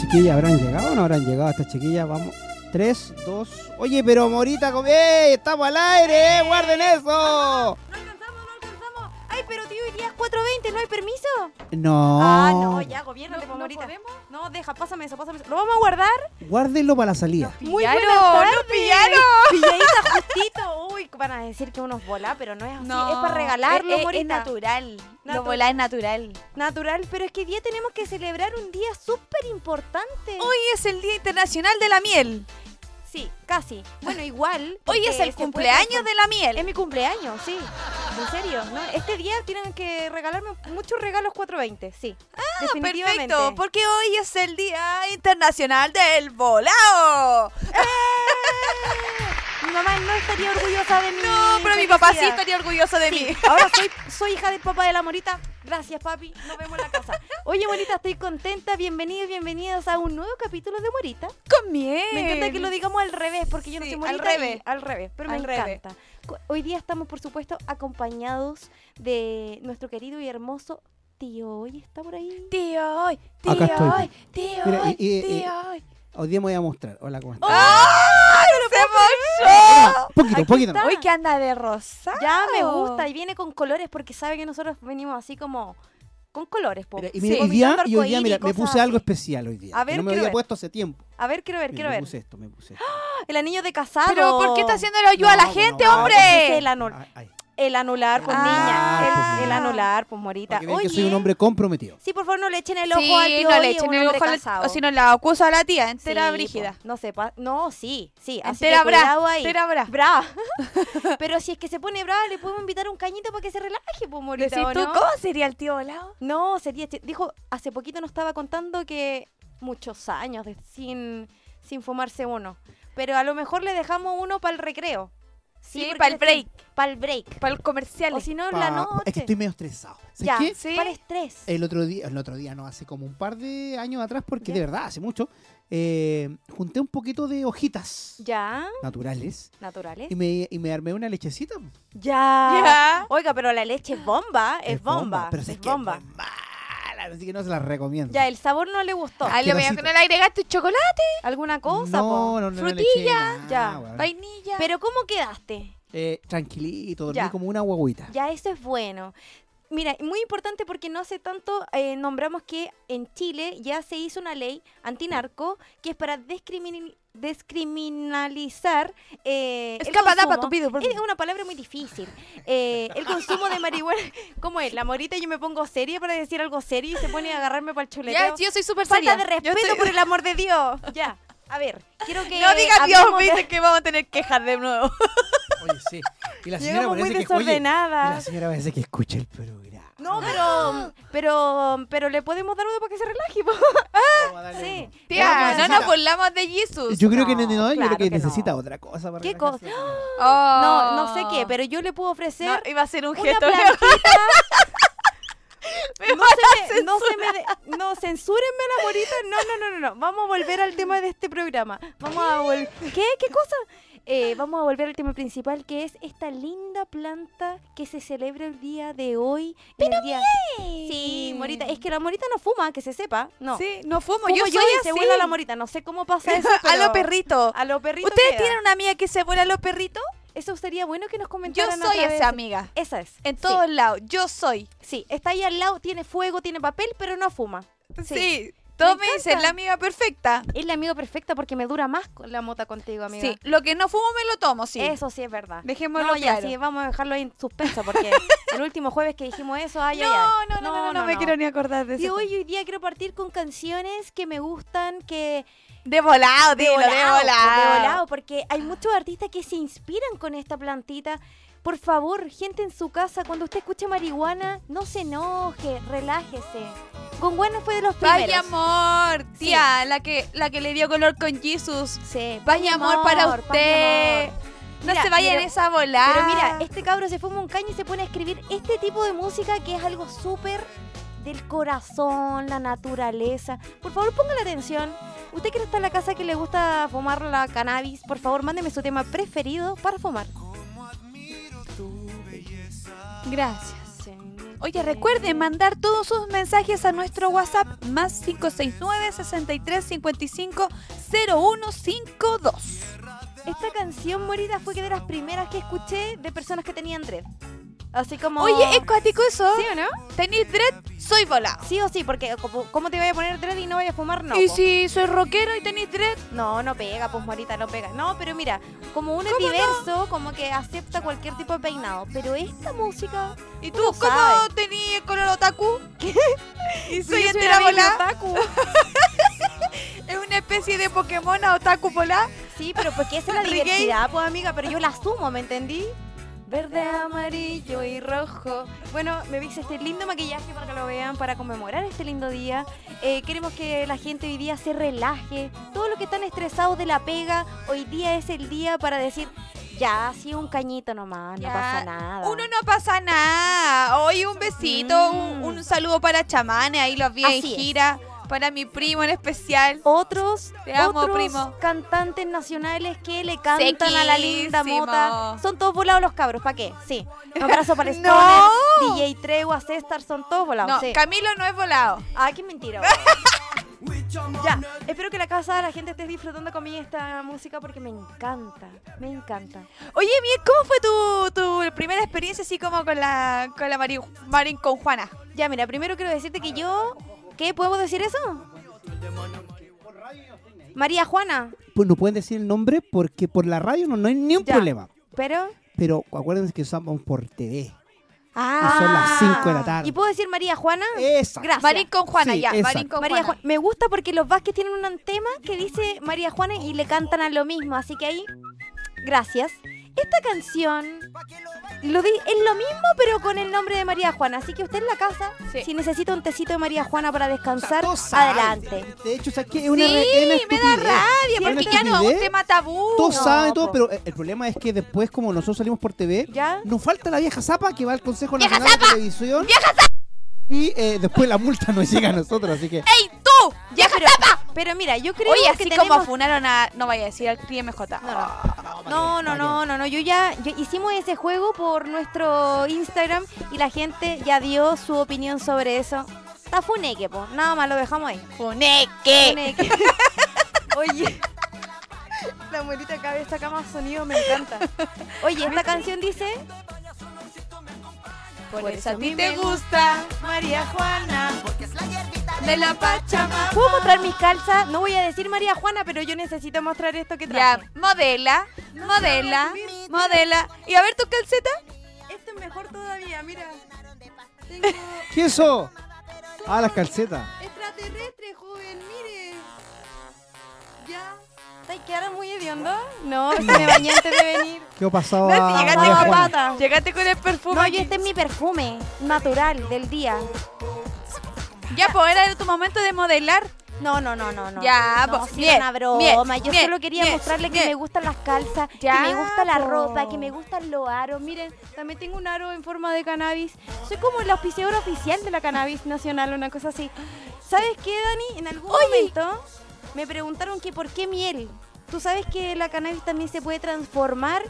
chiquillas habrán llegado o no habrán llegado estas chiquillas. Vamos. 3, 2. Oye, pero Morita, com- ¡Ey! ¡Estamos al aire! ¡Eh! ¡Guarden eso! No alcanzamos, no alcanzamos. Ay, pero tío, hoy día es 4.20, ¿no hay permiso? Oh. No. Ah, no, ya, gobiernate, No, no, no podemos. No, deja, pásame eso, pásame eso. ¿Lo vamos a guardar? Guárdenlo para la salida. Muy ¡Pillaron! buenas tardes. ¡Nos pillaron! Pilladita justito. Uy, van a decir que uno es volá, pero no es así. es para regalarlo, es- es, Morita. natural. Natu- Lo volá es natural. Natural, pero es que hoy día tenemos que celebrar un día súper importante. Hoy es el Día Internacional de la Miel. Sí, casi. Bueno, igual. Hoy porque es el se puede cumpleaños de la miel. Es mi cumpleaños, sí. En serio, ¿no? Este día tienen que regalarme muchos regalos 420, sí. Ah, Ah, perfecto, porque hoy es el Día Internacional del Volado. Mi mamá no estaría orgullosa de mí. No, pero mi papá sí estaría orgulloso de mí. Ahora soy, soy hija del papá de la Morita. Gracias, papi. Nos vemos en la casa. Oye, Morita, estoy contenta. Bienvenidos, bienvenidos a un nuevo capítulo de Morita. Con miel. Me encanta que lo digamos al revés, porque yo no Sí, soy morita. al revés. y- al revés, pero me Al revés. encanta. Cu- Hoy día estamos, por supuesto, acompañados de nuestro querido y hermoso tío. Hoy está por ahí. Tío hoy, tío Acá estoy. hoy, tío Mira, y- hoy, y- y- tío hoy. Hoy día me voy a mostrar. Hola, ¿cómo estás? ¡Ay, se mochó! Poquito, ¡Oh! aquí poquito. está. Hoy que anda de rosa. Ya me gusta y viene con colores porque sabe que nosotros venimos así como con colores. po. Mira, y Sí. mira, hoy día, Vomitando y hoy día, arcoíris, mira, me cosas puse algo así. especial hoy día. A que ver, no me quiero había ver. puesto hace tiempo. A ver, quiero ver, Mira, quiero me ver. puse esto, me puse esto. El anillo de casado. Pero ¿por qué está haciéndole yo a la No, gente, no, no, Ese es hombre? el, anul- Ay, ay, el anular, pues Ah, niña. El, pues, el mira. anular, pues morita. para que vean que Oye, soy un hombre comprometido. Sí, por favor, no le echen el ojo Sí, al tío no hoy, le es echen un el hombre ojo al- casado. o si no la acuso a la tía, entera Sí, brígida. po, No sepa. No, sí, sí. Así Entera que bra, cuidado ahí. entera bra. Bra. Pero si es que se pone brava, le podemos invitar un cañito para que se relaje, pues morita, Decís ¿o tú, no? ¿cómo sería el tío volado? No, sería... ch- Dijo, hace poquito nos estaba contando que muchos años de- sin, sin fumarse uno. Pero a lo mejor le dejamos uno para el recreo. Sí, pa'l break. Para el break. Para el comercial. O si no, en Pa- la noche. Es que estoy medio estresado. ¿Sabes Ya, qué? Sí. para el estrés. El otro día, el otro día no, hace como un par de años atrás, porque Ya. de verdad, hace mucho, eh, junté un poquito de hojitas Ya, naturales naturales. y me, y me armé una lechecita. Ah. Ya. Ya. Oiga, pero la leche es bomba, es, bomba, pero si es que bomba. muy mala, así que no se las recomiendo. Ya, el sabor no le gustó. A Ah, lo mejor asquerosito. que no le agregaste chocolate, ¿Alguna cosa? po? no, no, no, no le eché nada, ya, weón. vainilla. Pero ¿cómo quedaste? Eh, tranquilito, dormí Ya. como una guaguita. Ya, eso es bueno. Mira, muy importante porque no hace tanto eh, nombramos que en Chile ya se hizo una ley antinarco que es para descrimin- descriminalizar eh, el Escapadapa, consumo- tupido, por- Es una palabra muy difícil. Eh, el consumo de marihuana. ¿Cómo es? La morita yo me pongo seria para decir algo serio y se pone a agarrarme para el Ya, chuleteo. yo soy súper Falta seria. de Yo respeto estoy- por el amor de Dios. Ya, a ver, quiero que. No digas Dios, hablemos me de- dice que vamos a tener quejas de nuevo. Oye, sí. Y la señora Llegamos muy parece que, oye, y la desordenadas. señora parece que escucha el programa. No, pero, pero, pero le podemos dar uno para que se relaje. po. Vamos a darle Sí. uno. Yo Tía, creo que no necesita- nos burlamos de Jesus. Yo creo que No, no, no, yo claro creo que, que no. necesita otra cosa para ¿Qué relajarse. Oh. No, no sé qué, pero yo le puedo No, ofrecer iba a ser un una gesto. plantita. Me No se me, no se me, de- no, censúrenme la morita. No, no, no, no, no. Vamos a volver al tema de este programa. Vamos a volver. ¿Qué? ¿Qué cosa? Eh, vamos a volver al tema principal que es esta linda planta que se celebra el día de hoy. en el día- Sí, morita. Es que la morita no fuma, que se sepa. No. Sí, no fumo, Fumo yo yo, soy y así. se vuela la morita. No sé cómo pasa eso. a pero- los perritos. A los perritos. ¿Ustedes queda. tienen una amiga que se vuela a los perritos? Eso sería bueno que nos Yo comentaran. a soy través- esa amiga. Esa es. En Sí, todos lados, yo soy. Sí, está ahí al lado, tiene fuego, tiene papel, pero no fuma. Sí. Sí. Todos Me me, dicen encanta. la amiga perfecta. Es la amiga perfecta porque me dura más con la mota contigo, amiga. Sí, lo que no fumo me lo tomo, sí. Eso sí es verdad. Dejémoslo no, ya, claro. sí, vamos a dejarlo en suspenso porque el último jueves que dijimos eso, ay, ay, no, ay. no, no, no, no, no, me quiero ni acordar de Y eso. hoy, hoy día quiero partir con canciones que me gustan, que De volado, dilo, de volado, volado. pues, de volado, porque hay muchos artistas que se inspiran con esta plantita. Por favor, gente en su casa, cuando usted escuche marihuana, no se enoje, relájese. Con bueno fue de los primeros. Vaya amor, tía, la, que, la que le dio color con Jesus. Sí, Vaya amor para amor, vaya usted. Ah. amor. No Mira, se vaya pero- en esa volada. Pero mira, este cabro se fuma un caño y se pone a escribir este tipo de música que es algo súper del corazón, la naturaleza. Por favor, póngale atención. Usted que no está en la casa que le gusta fumar la cannabis, por favor, mándeme su tema preferido para fumar. Gracias. Oye, recuerden mandar todos sus mensajes a nuestro WhatsApp más 569 63 55 0152. Esta canción, Morita, fue que de las primeras que escuché de personas que tenían dread. Así como... Oye, es cuático eso. ¿Sí o no? ¿Tenéis dread? Soy volado. Sí o sí, porque como- ¿cómo te voy a poner dread y no vayas a fumar? No. y po. si soy rockero y tenéis dread, No, no pega, pues Morita, no pega. No, pero mira, como uno es diverso, como que acepta cualquier tipo de peinado. Pero esta música... ¿y tú Uno cómo sabe. tenéis el color otaku? ¿Y soy Yo una entera baby volada? otaku. ¿Es una especie de Pokémon a otaku volá? Sí, pero porque esa es la Reggae. diversidad, pues amiga, pero yo la asumo, ¿me entendí? Verde, amarillo y rojo. Bueno, me hice este lindo maquillaje para que lo vean, para conmemorar este lindo día. Eh, queremos que la gente hoy día se relaje. Todos los que están estresados de la pega, hoy día es el día para decir, ya, sí, un cañito nomás, Ya, no pasa nada. Uno no pasa nada. Hoy un besito, Mm. un, un saludo para chamanes, ahí los vi en Así es. gira. Para mi primo en especial. Otros, Te amo, otros primo. cantantes nacionales que le cantan a la linda Sequísimo. mota. Son todos volados los cabros, ¿para qué? Sí. Un abrazo para Stoner, No. DJ Tregua, César, son todos volados. No, sí. Camilo no es volado. Ah, qué mentira. ya, espero que la casa, la gente esté disfrutando conmigo esta música porque me encanta, me encanta. Oye, bien, ¿cómo fue tu, tu primera experiencia así como con la, con la Mari- Marín con Juana? Ya, mira, primero quiero decirte que yo, ¿qué puedo decir eso? María Juana, Pues no pueden decir el nombre porque por la radio no, no hay ni un Ya. problema. pero Pero acuérdense que usamos por TV. Ah, Y son las 5 de la Ah. ¿y tarde. Eh, puedo decir María Juana? Esa. Gracias. Marín con Juana, Sí, ya. exacto. Marín con María Juana. Juana. Me gusta porque los Vázquez tienen un tema que dice María Juana y le cantan a lo mismo, así que ahí, gracias. Esta canción lo di- es lo mismo pero con el nombre de María Juana, así que usted en la casa, Sí. si necesita un tecito de María Juana para O sea, descansar, todos saben. adelante. De hecho, o sea, que es una re- es una Sí, me da estupidez. rabia Es una porque ya no es un estupidez. tema tabú. Todos No, saben todo, po. pero el- el problema es que después, como nosotros salimos por TV, ¿Ya? nos falta la vieja zapa que va al Consejo Nacional de Televisión. Y eh, después la multa nos llega a nosotros, así que. ¡Ey, tú! Ya, pero, pero mira, yo creo Oye, que así como tenemos... afunaron a. No vaya a decir al crimen J. No, no. No, no, no, no, no, yo ya yo- hicimos ese juego por nuestro Instagram y la gente ya dio su opinión sobre eso. Está funeque, po. Nada más lo dejamos ahí. Funeque. Funeque. Oye. La muelita cada vez saca más sonido, me encanta. Oye, esta canción dice. Por eso a ti te gusta, María Juana. De la Pachamama. ¿Puedo mostrar mis calzas? No voy a decir María Juana, pero yo necesito mostrar esto que traje. Ya, modela, modela, modela. ¿Y a ver tu calceta? Esto es mejor todavía, mira. ¿Qué es eso? Ah, las calcetas. Extraterrestre, joven, mire. Ya. ¿Te quedaron muy hediondo? No, si me bañé antes de venir. ¿Qué pasado No, si a llegaste María con Juana? pata. Llegaste con el perfume. No, yo este es mi perfume natural del día. Ya, pues era tu momento de modelar. No, no, no, no, no. Ya, no, pues, sí, bien, era una broma. bien, Yo bien, solo quería bien, mostrarle que bien. me gustan las calzas, Ya, que me gusta la po. ropa, que me gustan los aros. Miren, también tengo un aro en forma de cannabis. Soy como el auspiciador oficial de la cannabis nacional, una cosa así. ¿Sabes qué, Dani? En algún momento me preguntaron que por qué miel. Tú sabes que la cannabis también se puede transformar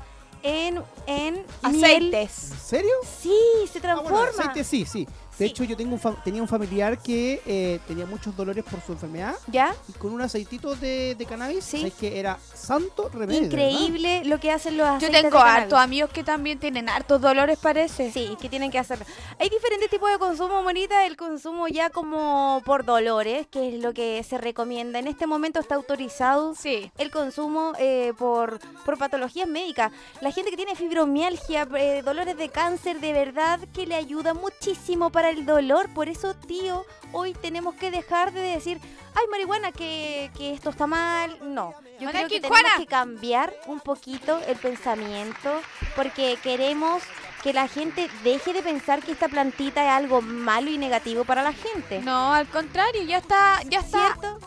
en, en miel. Aceites. ¿En serio? Sí, se Ah, bueno, transforma. aceite sí, sí. De Sí. hecho, yo tengo un fam- tenía un familiar que eh, tenía muchos dolores por su enfermedad ¿Ya? y con un aceitito de, de cannabis, Sí. es que era santo remedio. Increíble lo que hacen los Yo aceites de tengo cannabis. hartos amigos que también tienen hartos dolores, parece. Sí, que tienen que hacerlo. Hay diferentes tipos de consumo, Morita. El consumo ya como por dolores, que es lo que se recomienda. En este momento está autorizado Sí. el consumo eh, por, por patologías médicas. La gente que tiene fibromialgia, eh, dolores de cáncer, de verdad que le ayuda muchísimo para el dolor. Por eso, tío, hoy tenemos que dejar de decir, ay, marihuana, que, que esto está mal. No, yo Hola, creo que Quijuana. tenemos que cambiar un poquito el pensamiento porque queremos que la gente deje de pensar que esta plantita es algo malo y negativo para la gente. No, al contrario, ya está, ya está ¿Cierto?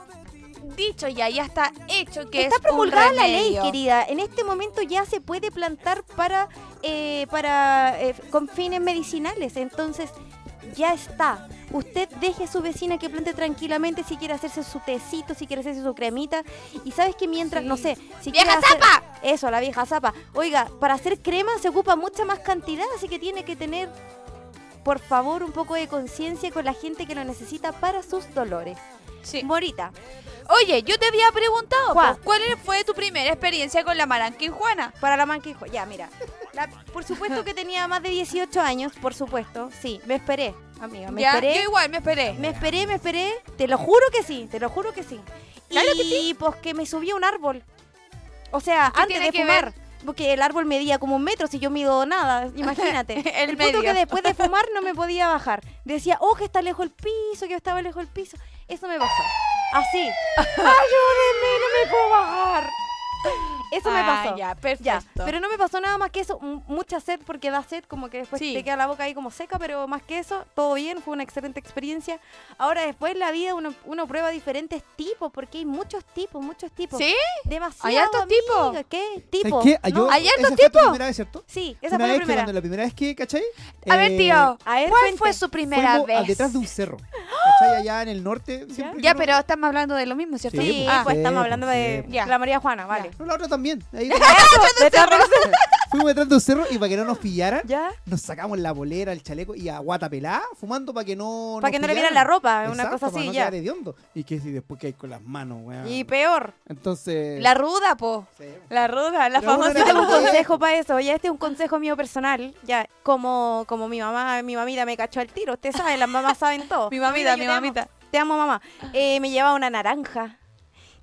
dicho ya, ya está hecho que Está es un promulgada la ley, remedio. querida. En este momento ya se puede plantar para, eh, para eh, con fines medicinales. Entonces, ya está. Usted deje a su vecina que plante tranquilamente si quiere hacerse su tecito, si quiere hacerse su cremita. Y sabes que mientras, Sí. no sé, si ¡Vieja quiere hacer- zapa! Eso, la vieja zapa. Oiga, para hacer crema se ocupa mucha más cantidad, así que tiene que tener Por favor, un poco de conciencia con la gente que lo necesita para sus dolores. Sí. Morita, Oye, yo te había preguntado, ¿Cuál? pues, ¿cuál fue tu primera experiencia con la maranquinjuana? para la manquijo. Ya, mira. La- por supuesto que tenía más de 18 años, por supuesto. Sí, me esperé, amiga. Me ¿Ya? esperé. Yo igual me esperé. Me esperé, me esperé. Te lo juro que sí, te lo juro que sí. Claro y pues que me subí a un árbol. O sea, ¿Qué antes tiene de que fumar. Porque el árbol medía como un metro, si yo mido nada, imagínate. El punto medio. que después de fumar no me podía bajar. Decía, oh, que está lejos el piso, que estaba lejos el piso. Eso me pasó. Así. Ayúdenme, no me puedo bajar. Eso me Ah, pasó. Ya, Ya, perfecto. pero no me pasó nada más que eso, m- mucha sed porque da sed, como que después Sí. te queda la boca ahí como seca, pero más que eso, todo bien, fue una excelente experiencia. Ahora después en la vida uno, uno prueba diferentes tipos, porque hay muchos tipos, muchos tipos. ¿Sí? Demasiado. ¿Hay hartos tipos? amiga, ¿Qué? ¿Tipo? ¿Sabes qué? Ah, ¿no? Yo- ¿Hay harto esa fue tu tipo? primera vez, ¿cierto? Sí, esa Una fue la vez que primera. cuando la primera vez que, ¿cachai? A ver, Eh, tío, A ver, ¿cuál cuente. fue su primera fuimos a- vez? detrás de un cerro. ¿Cachai? Allá en el norte. siempre Ya, que pero uno- estamos hablando de lo mismo, ¿cierto? Ah, Sí, Sí, pues, pues, estamos sí, hablando pues, de sí, Ah, pues. la María Juana, vale. No, la otra también. Ahí ¿De Terror- fuimos detrás de un cerro y para que no nos pillaran, ¿Ya? nos sacamos la bolera, el chaleco y a guata pelada, fumando para que no. Para nos que no le pillaran. vieran la ropa, una Exacto, cosa para así, no ya. quedar hediondo. Y que si después que hay con las manos, weón. Y peor. Entonces. La ruda, po. sí. La ruda, la Pero uno famosa era tengo un como- consejo para eso. Ya este es un consejo mío personal. Ya, como, como mi mamá, mi mamita me cachó al tiro. Usted sabe, las mamás saben todo. Mi mamita, yo mi te amo. mamita. Te amo, mamá. Eh, me llevaba una naranja.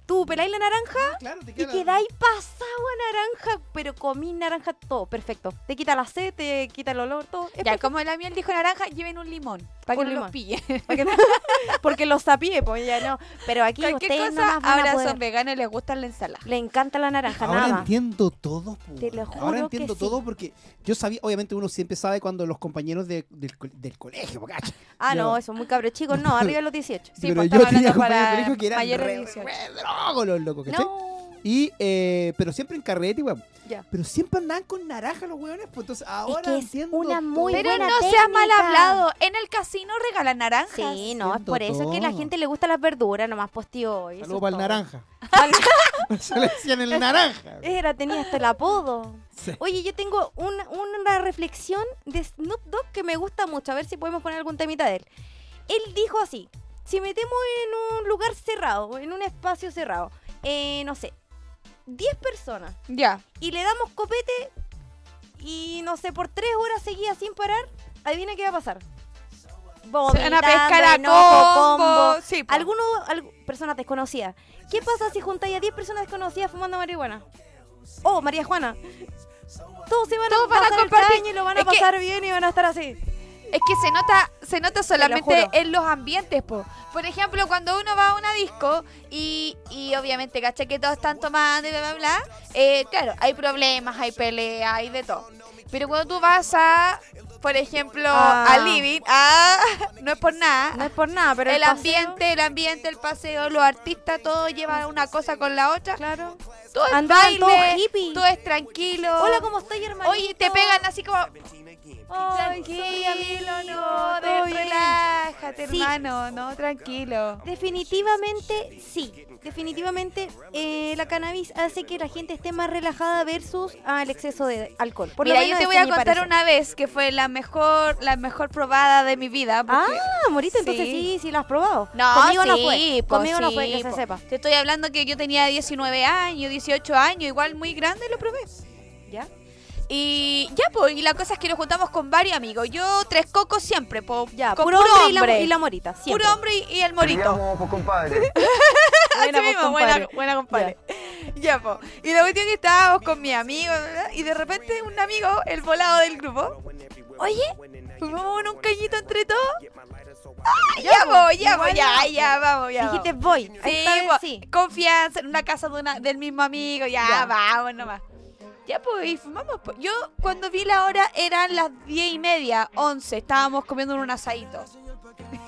Tú peláis la naranja ah, Claro, te y queda. quedáis pasado a naranja, pero comí naranja todo, perfecto. Te quita la sed, te quita el olor, todo. Es Ya, como la miel dijo naranja, lleven un limón. Para que Eh, pues, Un no limón. los pille. porque, porque lo sapie, pues ya no. Pero aquí Cualquier ustedes cosa, nomás van a ahora poder. son veganos y les gusta la ensalada. Le encanta la naranja, Ahora nada. entiendo todo. po. Te lo juro Ahora que entiendo sí. todo porque yo sabía, obviamente uno siempre sabe cuando los compañeros de- del, co- del colegio, po, ¿cachai? Ah, no, Yo- eso, muy cabro chicos. No, arriba de los 18. Sí, pero pues, yo estamos tenía hablando compañeros para del colegio que eran mayores de re, 18. re drogos los locos, ¿cachai? No. Y, eh, pero siempre en carrete, weón. Ya. Pero siempre andaban con naranja los weones, pues entonces ahora que es entiendo una muy todo. Pero buena no seas mal técnica. hablado. En el casino regalan naranjas. Sí, no, es siento por eso es que la todo. gente le gusta las verduras, nomás postío. y eso Saludos es para el todo. naranja. Se le decían el naranja. Era, tenía hasta el apodo. Sí. Oye, yo tengo una, una reflexión de Snoop Dogg que me gusta mucho. A ver si podemos poner algún temita de él. Él dijo así: si metemos en un lugar cerrado, en un espacio cerrado, eh, no sé, 10 personas Ya. y le damos copete y no sé, por 3 horas seguidas sin parar, adivina qué va a pasar. Se van a Vomitando, pescar a enojo, combo. Sí, po. Alguno, algu- personas desconocidas. ¿Qué pasa si juntáis a 10 personas desconocidas fumando marihuana? Oh, María Juana. Todos se van Todos a van a pasar el compartir. caño y lo van a Es que- pasar bien y van a estar así. Es que se nota, se nota solamente juro. en los ambientes, po. Por ejemplo, cuando uno va a una disco y, y obviamente, caché que todos están tomando y bla, bla, bla. eh, claro, hay problemas, hay peleas, hay de todo. Pero cuando tú vas a, por ejemplo, Ah. a Living, a, no es por nada, No es por nada, pero el, el, paseo- ambiente, el ambiente, el paseo, los artistas, todo lleva una cosa con la otra. Claro. Todo es Andaban todos baile, hippies. todo es tranquilo. Hola, ¿cómo estás, hermanito? Oh. Oye, te pegan así como... Ay, soy Tranquilo, amigo, todo no, de- bien. relájate, Sí. hermano, no, tranquilo. Definitivamente sí, definitivamente eh, la cannabis hace que la gente esté más relajada versus al exceso de alcohol. Por lo Mira, yo menos este te ese voy a es mi contar parecer. una vez que fue la mejor, la mejor probada de mi vida. porque- Ah, Morita, entonces Sí. sí, sí la has probado. No, Conmigo no sí, fue, po, conmigo no sí, pues. fue, que se po. sepa. Te estoy hablando que yo tenía 19 años, 18 años, igual muy grande lo probé. ¿Ya? Y ya, pues, y la cosa es que nos juntamos con varios amigos. Yo tres cocos siempre, po, Ya, con puro hombre, y la- Y, la, morita, siempre. Puro hombre y, y el morito. Digamos, pues, compadre. Buena Así voz, mismo, compadre. buena, buena compadre. Ya, po. Y la cuestión que estábamos con mi amigo, ¿verdad? y de repente un amigo, el volado del grupo, oye, fumamos un cañito entre todos. ¡Ah, ya, po, ya, po, ya, ya, vamos, ya. Dijiste vamos. voy, Sí, pues. esta vez po, sí. confianza en una casa de una- del mismo amigo, ya, Ya. vamos nomás. Ya, pues, y fumamos. po. Yo cuando vi la hora eran las diez y media, once, estábamos comiendo un asadito.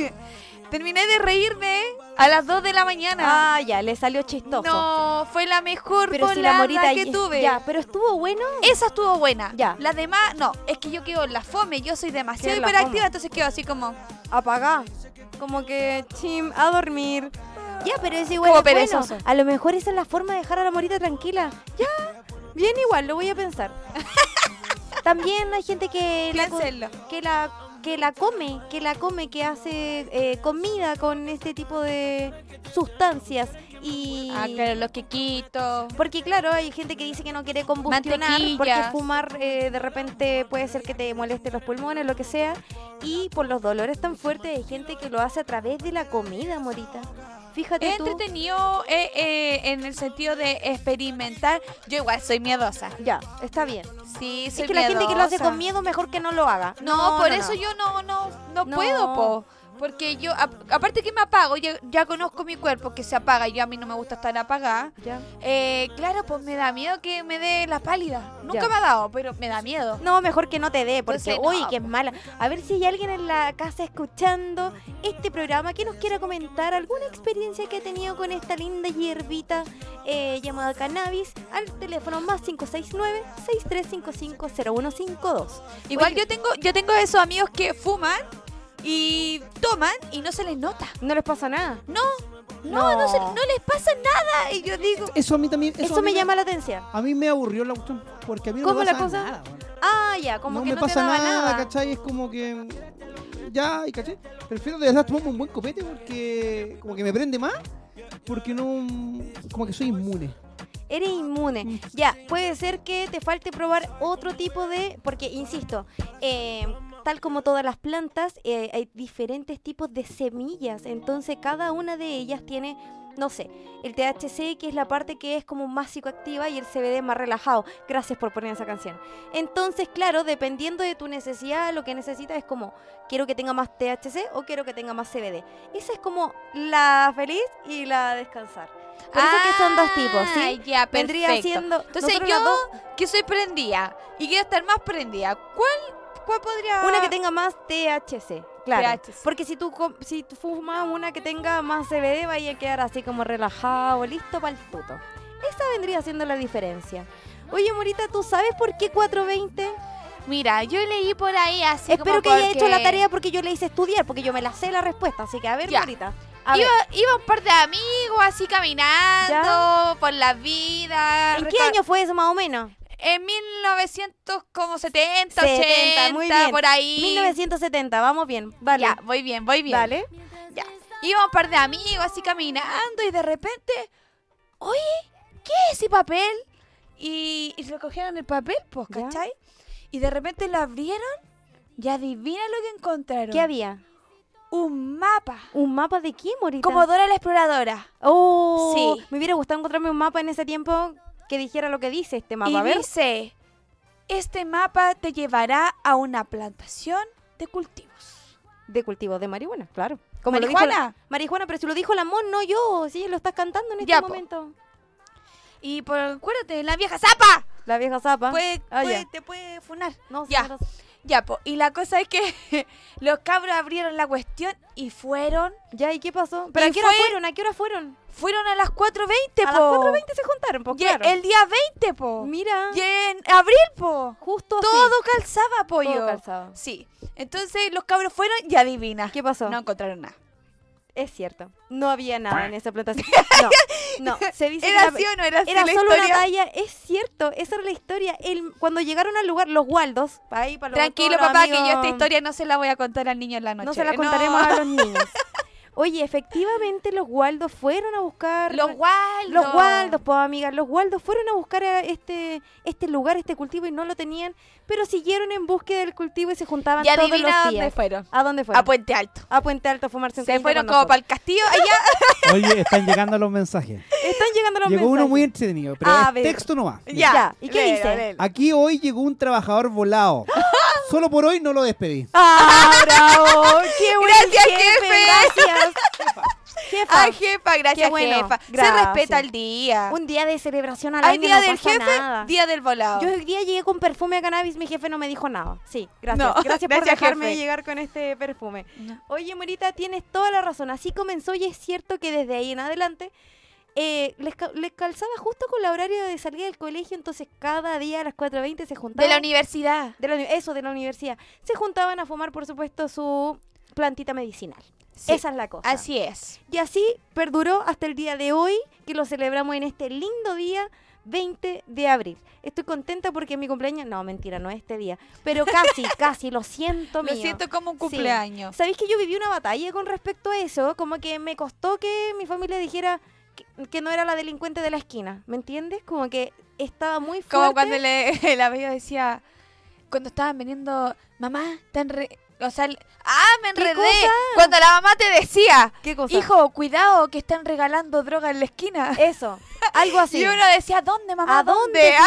Terminé de reírme a las 2 de la mañana. Ah, ya, le salió chistoso. No, fue la mejor pero si la volada morita que tuve. Ya, pero estuvo bueno. Esa estuvo buena. Ya. La demás, no, es que yo quedo en la fome, yo soy Queda demasiado en la hiperactiva, fome. entonces quedo así como, apagar. Como que, chim, a dormir. Ya, pero es igual. Como es bueno. perezoso. A lo mejor esa es la forma de dejar a la morita tranquila. Ya, bien igual, lo voy a pensar. También hay gente que la, piénsenlo. que la que la come, que la come, que hace eh, comida con este tipo de sustancias. Y Ah, claro, los quequitos. porque claro, hay gente que dice que no quiere combustionar, porque Mantequillas. fumar eh, de repente puede ser que te moleste los pulmones, lo que sea. Y por los dolores tan fuertes hay gente que lo hace a través de la comida, Morita. Fíjate Es tú. entretenido eh, eh, en el sentido de experimentar. Yo igual soy miedosa. Ya, está bien. Sí, soy Es que la gente que lo hace miedosa. con miedo, mejor que no lo haga. No, por no, eso no. yo no, no, no, No. puedo, po. Porque yo, a- aparte que me apago, ya, ya conozco mi cuerpo que se apaga y yo a mí no me gusta estar apagada. Ya. Eh, claro, pues me da miedo que me dé la pálida. Nunca Ya. me ha dado, pero me da miedo. No, mejor que no te dé, porque Entonces, no, uy, que es po. mala. A ver si hay alguien en la casa escuchando este programa que nos quiera comentar alguna experiencia que ha tenido con esta linda hierbita eh, llamada cannabis al teléfono más 569-6355-0152. Igual Oye. yo tengo, yo tengo esos amigos que fuman y toman y no se les nota. No les pasa nada. No, no, se- No. no les pasa nada. Y yo digo, Eso a mí también. Eso, Eso, a mí me llama la atención. A mí me aburrió la cuestión porque a mí no ¿Cómo me la pasa cosa? nada. weón. Ah, ya, como no que me no te pasa daba nada, nada. ¿cachai? Es como que. mm, Ya, y ¿cachai? Prefiero de verdad tomarme un buen copete porque. Como que me prende más. Porque no. mm, Como que soy inmune. Eres inmune. Mm. Ya, puede ser que te falte probar otro tipo de... Porque, insisto, eh, tal como todas las plantas, eh, hay diferentes tipos de semillas. Entonces, cada una de ellas tiene, no sé, el THC, que es la parte que es como más psicoactiva, y el CBD más relajado. Gracias por poner esa canción. Entonces, claro, dependiendo de tu necesidad, lo que necesitas es como, quiero que tenga más THC o quiero que tenga más CBD. Esa es como la feliz y la descansar. Por eso que son dos tipos, ¿sí? Ah, Ya, vendría perfecto. siendo. Entonces nosotros las yo dos, que soy prendida y quiero estar más prendida, ¿cuál, cuál podría...? una que tenga más THC, claro. THC. Porque si tú com- si tú fumas una que tenga más CBD, vaya a quedar así como relajado, listo para el puto. Esa vendría siendo la diferencia. Oye, Morita, ¿tú sabes por qué 420? Mira, yo leí por ahí así Espero como que haya porque hecho la tarea porque yo le hice estudiar, porque yo me la sé la respuesta. Así que a ver, Ya. Morita. A iba, ver, iba un par de amigos así caminando por la vida. ¿En qué reca- año fue eso más o menos? En 1970, 70, 80, muy bien. por ahí. 1970, vamos bien. Vale. Ya, voy bien, voy bien. Dale. Ya. Iba un par de amigos así caminando y de repente, oye, ¿qué es ese papel? Y, y recogieron el papel, pues, Ya. ¿cachai? Y de repente lo abrieron y adivina lo que encontraron. ¿Qué había? Un mapa. ¿Un mapa de qué, Morita? Como Dora la Exploradora. Oh, Sí. Me hubiera gustado encontrarme un mapa en ese tiempo que dijera lo que dice este mapa. y a ver. dice, este mapa te llevará a una plantación de cultivos. De cultivo de marihuana, claro. lo dijo la- ¿Marihuana? marihuana, pero si lo dijo la mon, no yo. Sí, lo estás cantando en este Ya, po. momento. Y por, acuérdate, la vieja zapa. La vieja zapa. Puede- Ah, puede- ya. te puede funar. No, sí, ya. no lo- Ya, po. Y la cosa es que los cabros abrieron la cuestión y fueron. ya, ¿y qué pasó? ¿Pero a Y qué hora fue- fueron? ¿A qué hora fueron? Fueron a las 4.20, a las po. 4.20 se juntaron, po, Y claro. El día 20, po. Mira, Y en abril, po. justo así, Oh, Todo calzaba, todo pollo. calzado. Sí. Entonces los cabros fueron y adivina. ¿Qué pasó? No encontraron nada. Es cierto, no había nada en esa plantación. No, no, se dice que ¿Era la- así o no era así Era la solo historia? una talla, es cierto, esa era la historia. El, cuando llegaron al lugar, los Waldos, pa' ahí, pa' los- Tranquilo, todos los papá, que yo amigos, esta historia no se la voy a contar al niño en la noche. no se la contaremos No. a los niños. Oye, efectivamente los Waldos fueron a buscar... Los Waldos. Los Waldos, pues amigas, los Waldos fueron a buscar a este, este lugar, este cultivo, y no lo tenían, pero siguieron en búsqueda del cultivo y se juntaban Y todos los adivina dónde días. fueron. ¿A dónde fueron? A Puente Alto. A Puente Alto a fumarse un Se cañito fueron con como nosotros. para el castillo allá. Oye, están llegando los mensajes. Están llegando los Llegó uno mensajes. muy entretenido, pero A el ver. texto no va. Ya. ¿Y qué Léelo, dice? léelo. Aquí hoy llegó un trabajador volado. Solo por hoy no lo despedí. ¡Ah, bravo! ¡Qué buen Gracias, jefe! jefe. Gracias. Jefa. Ay, jefa, gracias, Qué bueno. jefa. Se Gracias. respeta el día. un día de celebración al Hay año, día no del pasa jefe, nada. día del volado. Yo hoy día llegué con perfume a cannabis, mi jefe no me dijo nada. Sí, gracias. No, gracias por gracias, dejarme jefe. llegar con este perfume. No. Oye, Morita, tienes toda la razón. Así comenzó y es cierto que desde ahí en adelante eh, les, ca- les calzaba justo con el horario de salida del colegio, entonces cada día a las 4.20 se De juntaban. la universidad. de la uni- eso, de la universidad. Se juntaban a fumar, por supuesto, su plantita medicinal. Sí, Esa es la cosa. Así es. Y así perduró hasta el día de hoy, que lo celebramos en este lindo día, 20 de abril. Estoy contenta porque es mi cumpleaños. No, mentira, no es este día. Pero casi, casi, lo siento, Lo mío. siento como un cumpleaños. ¿Sabéis que yo viví una batalla con respecto a eso? Como que me costó que mi familia dijera que, que no era la delincuente de la esquina. ¿Me entiendes? Como que estaba muy fuerte. Como cuando le, la veía decía, cuando estaban veniendo, mamá, te enre... O sea, el- ¡ah, me ¿Qué enredé! cosa? Cuando la mamá te decía, ¿Qué cosa? hijo, cuidado que están regalando droga en la esquina. Eso, algo así. Y uno decía, ¿dónde, mamá? ¿A dónde?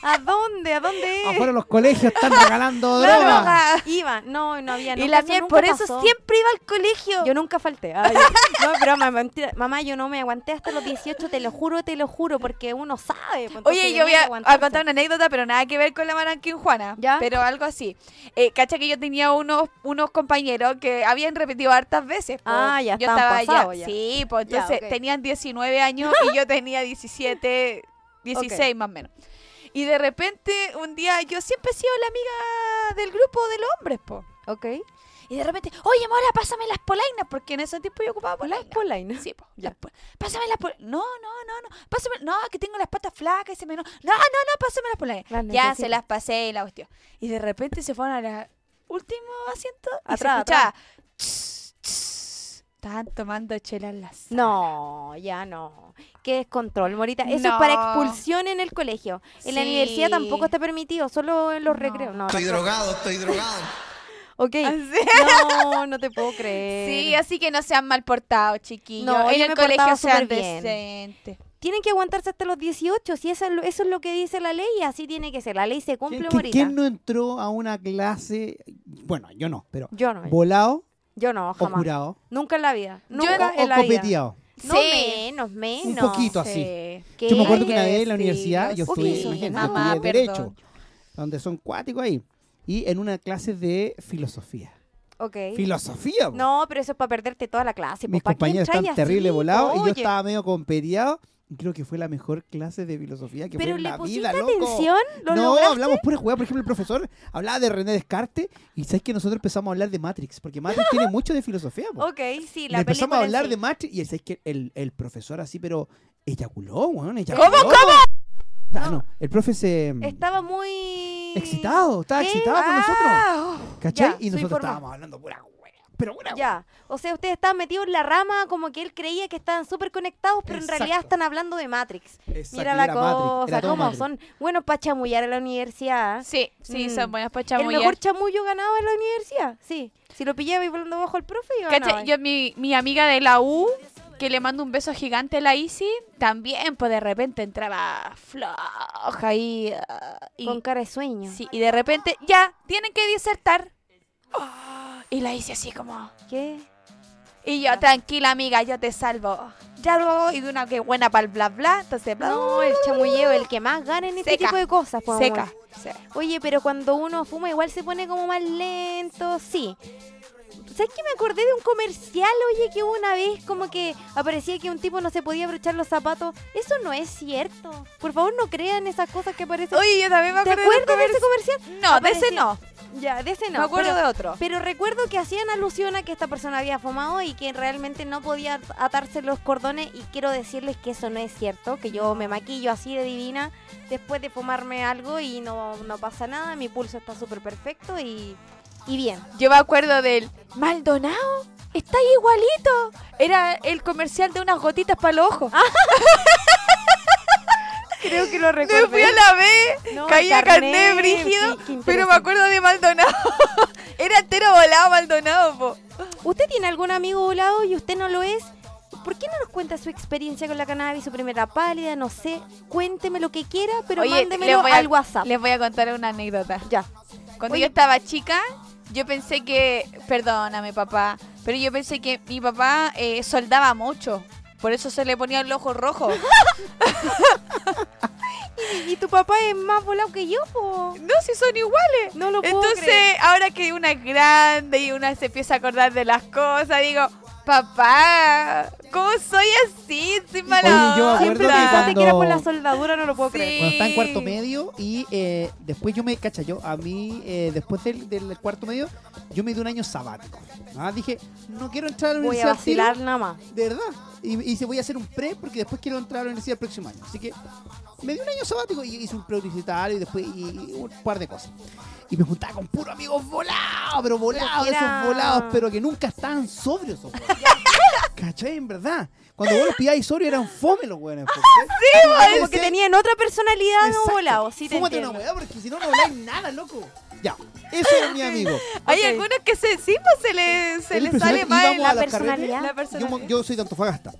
¿A dónde? ¿A dónde? Afuera los colegios están regalando Claro. droga. Iba, no, no había Y nunca, la eso mía, nunca por eso pasó. siempre iba al colegio. Yo nunca falté. Ay, yo- no, pero mamá, mentira. Mamá, yo no me aguanté hasta los 18, te lo juro, te lo juro, porque uno sabe. pues, entonces Oye, tenía yo voy a, que a aguantarse. contar una anécdota, pero nada que ver con la Maranquinjuana. ¿Ya? Pero algo así. Eh, cacha que yo tenía unos, unos compañeros que habían repetido hartas veces. po. Ah, ya yo estaban estaba pasados ya. Sí, pues Ya, entonces ok. tenían 19 años y yo tenía 17, 16 más o menos. Y de repente, un día, yo siempre he sido la amiga del grupo de los hombres, po. Ok. Y de repente, oye, Mora, pásame las polainas, porque en ese tiempo yo ocupaba polainas. Las polainas. Sí, po, Ya. las pol- Pásame las polainas. No, no, no, no. Pásame. No, que tengo las patas flacas y se me. No, no, no, no pásame las polainas. Las ya necesito. se las pasé y la cuestión. Y de repente se fueron a la último asiento y Atrás, se escuchaba. "Tss, tss". Estaban tomando chela en las. No, ya no. Qué descontrol, Morita. Eso es No. para expulsión en el colegio. En la universidad Sí. tampoco está permitido, solo en los No. recreos. No, Estoy tampoco. drogado, estoy drogado. Ok. Así- No, no te puedo creer. Ah, Sí, así que no sean mal portados, chiquillos. eh, No, yo en me el colegio portaba sean superbién. decentes. Tienen que aguantarse hasta los 18, si eso es lo, eso es lo que dice la ley, así tiene que ser. La ley ¿Quién, se cumple, quién- Morita. quién no entró a una clase? Bueno, yo no, pero Yo no, volado yo no, o jamás. curado Nunca en la vida. o, Nunca o en la vida. copeteado. No Sí. menos, menos. Un poquito así. Sí. ¿Qué? Yo me acuerdo que una Ay, vez en la sí, universidad yo sí, estudié, sí, imagínate, yo mamá, estudié perdón. derecho, donde son cuáticos ahí, y en una clase de filosofía. Ok. Filosofía. po. No, pero eso es para perderte toda la clase. Mis po. ¿Pa' qué compañeros entráis están así, terrible po? volados y yo Oye, estaba medio competeado. y Creo que fue la mejor clase de filosofía que fue Pero en le la pusiste vida, loco. atención, lo no, lograste? hablamos pura jugada. Por ejemplo, el profesor hablaba de René Descartes y sabes que nosotros empezamos a hablar de Matrix, porque Matrix tiene mucho de filosofía. po. Ok, sí, Y empezamos la a película en hablar sí. de Matrix y sabes que el, el profesor así, pero eyaculó, weón. ¿Cómo, cómo? Ah, no, el profe se... mm, Estaba muy... Excitado, estaba ¿Qué? excitado con nosotros. ¿Cachai? Ah, ya, y se nosotros informó. estábamos hablando pura wea, Pero pura wea. Ya, o sea, ustedes estaban metidos en la rama como que él creía que estaban súper conectados, pero en realidad Exacto. están hablando de Matrix. Exacto, Mira y la era Matrix, cosa, era todo cómo Matrix. son buenos para chamullar en la universidad. Sí, sí, Mm. son pues, buenas para El chamullar. mejor chamullo ganado en la universidad, sí. Si lo pillaba y volando bajo el profe, Cacha, ganaba. Yo, mi, mi amiga de la U, que le mando un beso gigante a la Isi, también, pues de repente entraba floja ahí. ah, y, Con cara de sueño. sí, y de repente, ya, tienen que disertar. Ah, y la Isi así como, ¿Qué? y yo, tranquila amiga, yo te salvo. Ya lo, y de una que buena para el bla bla, entonces bla, No, el chamulleo, el que más gana en este Seca. tipo de cosas, po, amor. seca. Sí. Oye, pero cuando uno fuma igual se pone como más lento, sí. ¿Sabes que me acordé de un comercial, oye, que hubo una vez como que aparecía que un tipo no se podía abrochar los zapatos? Eso no es cierto. Por favor, no crean esas cosas que aparecen. Oye, yo también me ¿Te acuerdo de un acuerdas de ese comercio- comercial? No, de ese Apareció. no. Ya, de ese no. me acuerdo pero- de otro. Pero recuerdo que hacían alusión a que esta persona había fumado y que realmente no podía atarse los cordones y quiero decirles que eso no es cierto, que yo me maquillo así de divina después de fumarme algo y no, no pasa nada, mi pulso está súper perfecto y, y bien. Yo me acuerdo del Maldonado, está ahí igualito. Era el comercial de unas gotitas para los ojos. Creo que lo Ah. me fui a la B, No, caí a carné, carné brígido, qué- qué pero me interesante. acuerdo de Maldonado. Era entero volado Maldonado, po. ¿Usted tiene algún amigo volado y usted no lo es? ¿Por qué no nos cuenta su experiencia con la cannabis, su primera pálida? No sé, cuénteme lo que quiera, pero Oye, mándemelo les voy a- al WhatsApp. Les voy a contar una anécdota. Ya. Cuando Oye. yo estaba chica, yo pensé que, perdóname papá, pero yo pensé que mi papá eh, soldaba mucho. Por eso se le ponía el ojo rojo. ¿Y tu papá es más volado que yo? po? No, si son iguales. No lo puedo Entonces, creer. ahora que una es grande y una se empieza a acordar de las cosas, digo, Papá, ¿cómo soy así? Soy mala Oye, yo me acuerdo que Siempre onda. pensaste que era por la cuando- soldadura, no lo puedo Sí. creer. Cuando estaba en cuarto medio y eh, después yo me, cacha, yo a mí, eh, después del, del cuarto medio, yo me di un año sabático. Ah, dije, no quiero entrar a la Voy a universidad. al tiro, vacilar nada más. de verdad. Y, y se voy a hacer un pre porque después quiero entrar a la universidad el próximo año. Así que me di un año sabático y hice un pre universitario y después y, y un par de cosas. Y me juntaba con puros amigos volados, pero volados, Pero que esos era- volados, pero que nunca estaban sobrios esos weones. ¿Cachai? En verdad. Cuando vos los pilláis sobrios eran fome los weones. po, ¿cachai? Y yo Como que decía, tenían otra personalidad, no Exacto. volado. Sí, te Fúmate entiendo. una weá porque si no, no habláis nada, loco. Ya, eso es mi amigo. Hay Ok. algunos que se, sí, pues se le, se Él le empezó sale y mal íbamos la, a los personalidad. carretes. la Yo, mo- persona. yo soy de Antofagasta.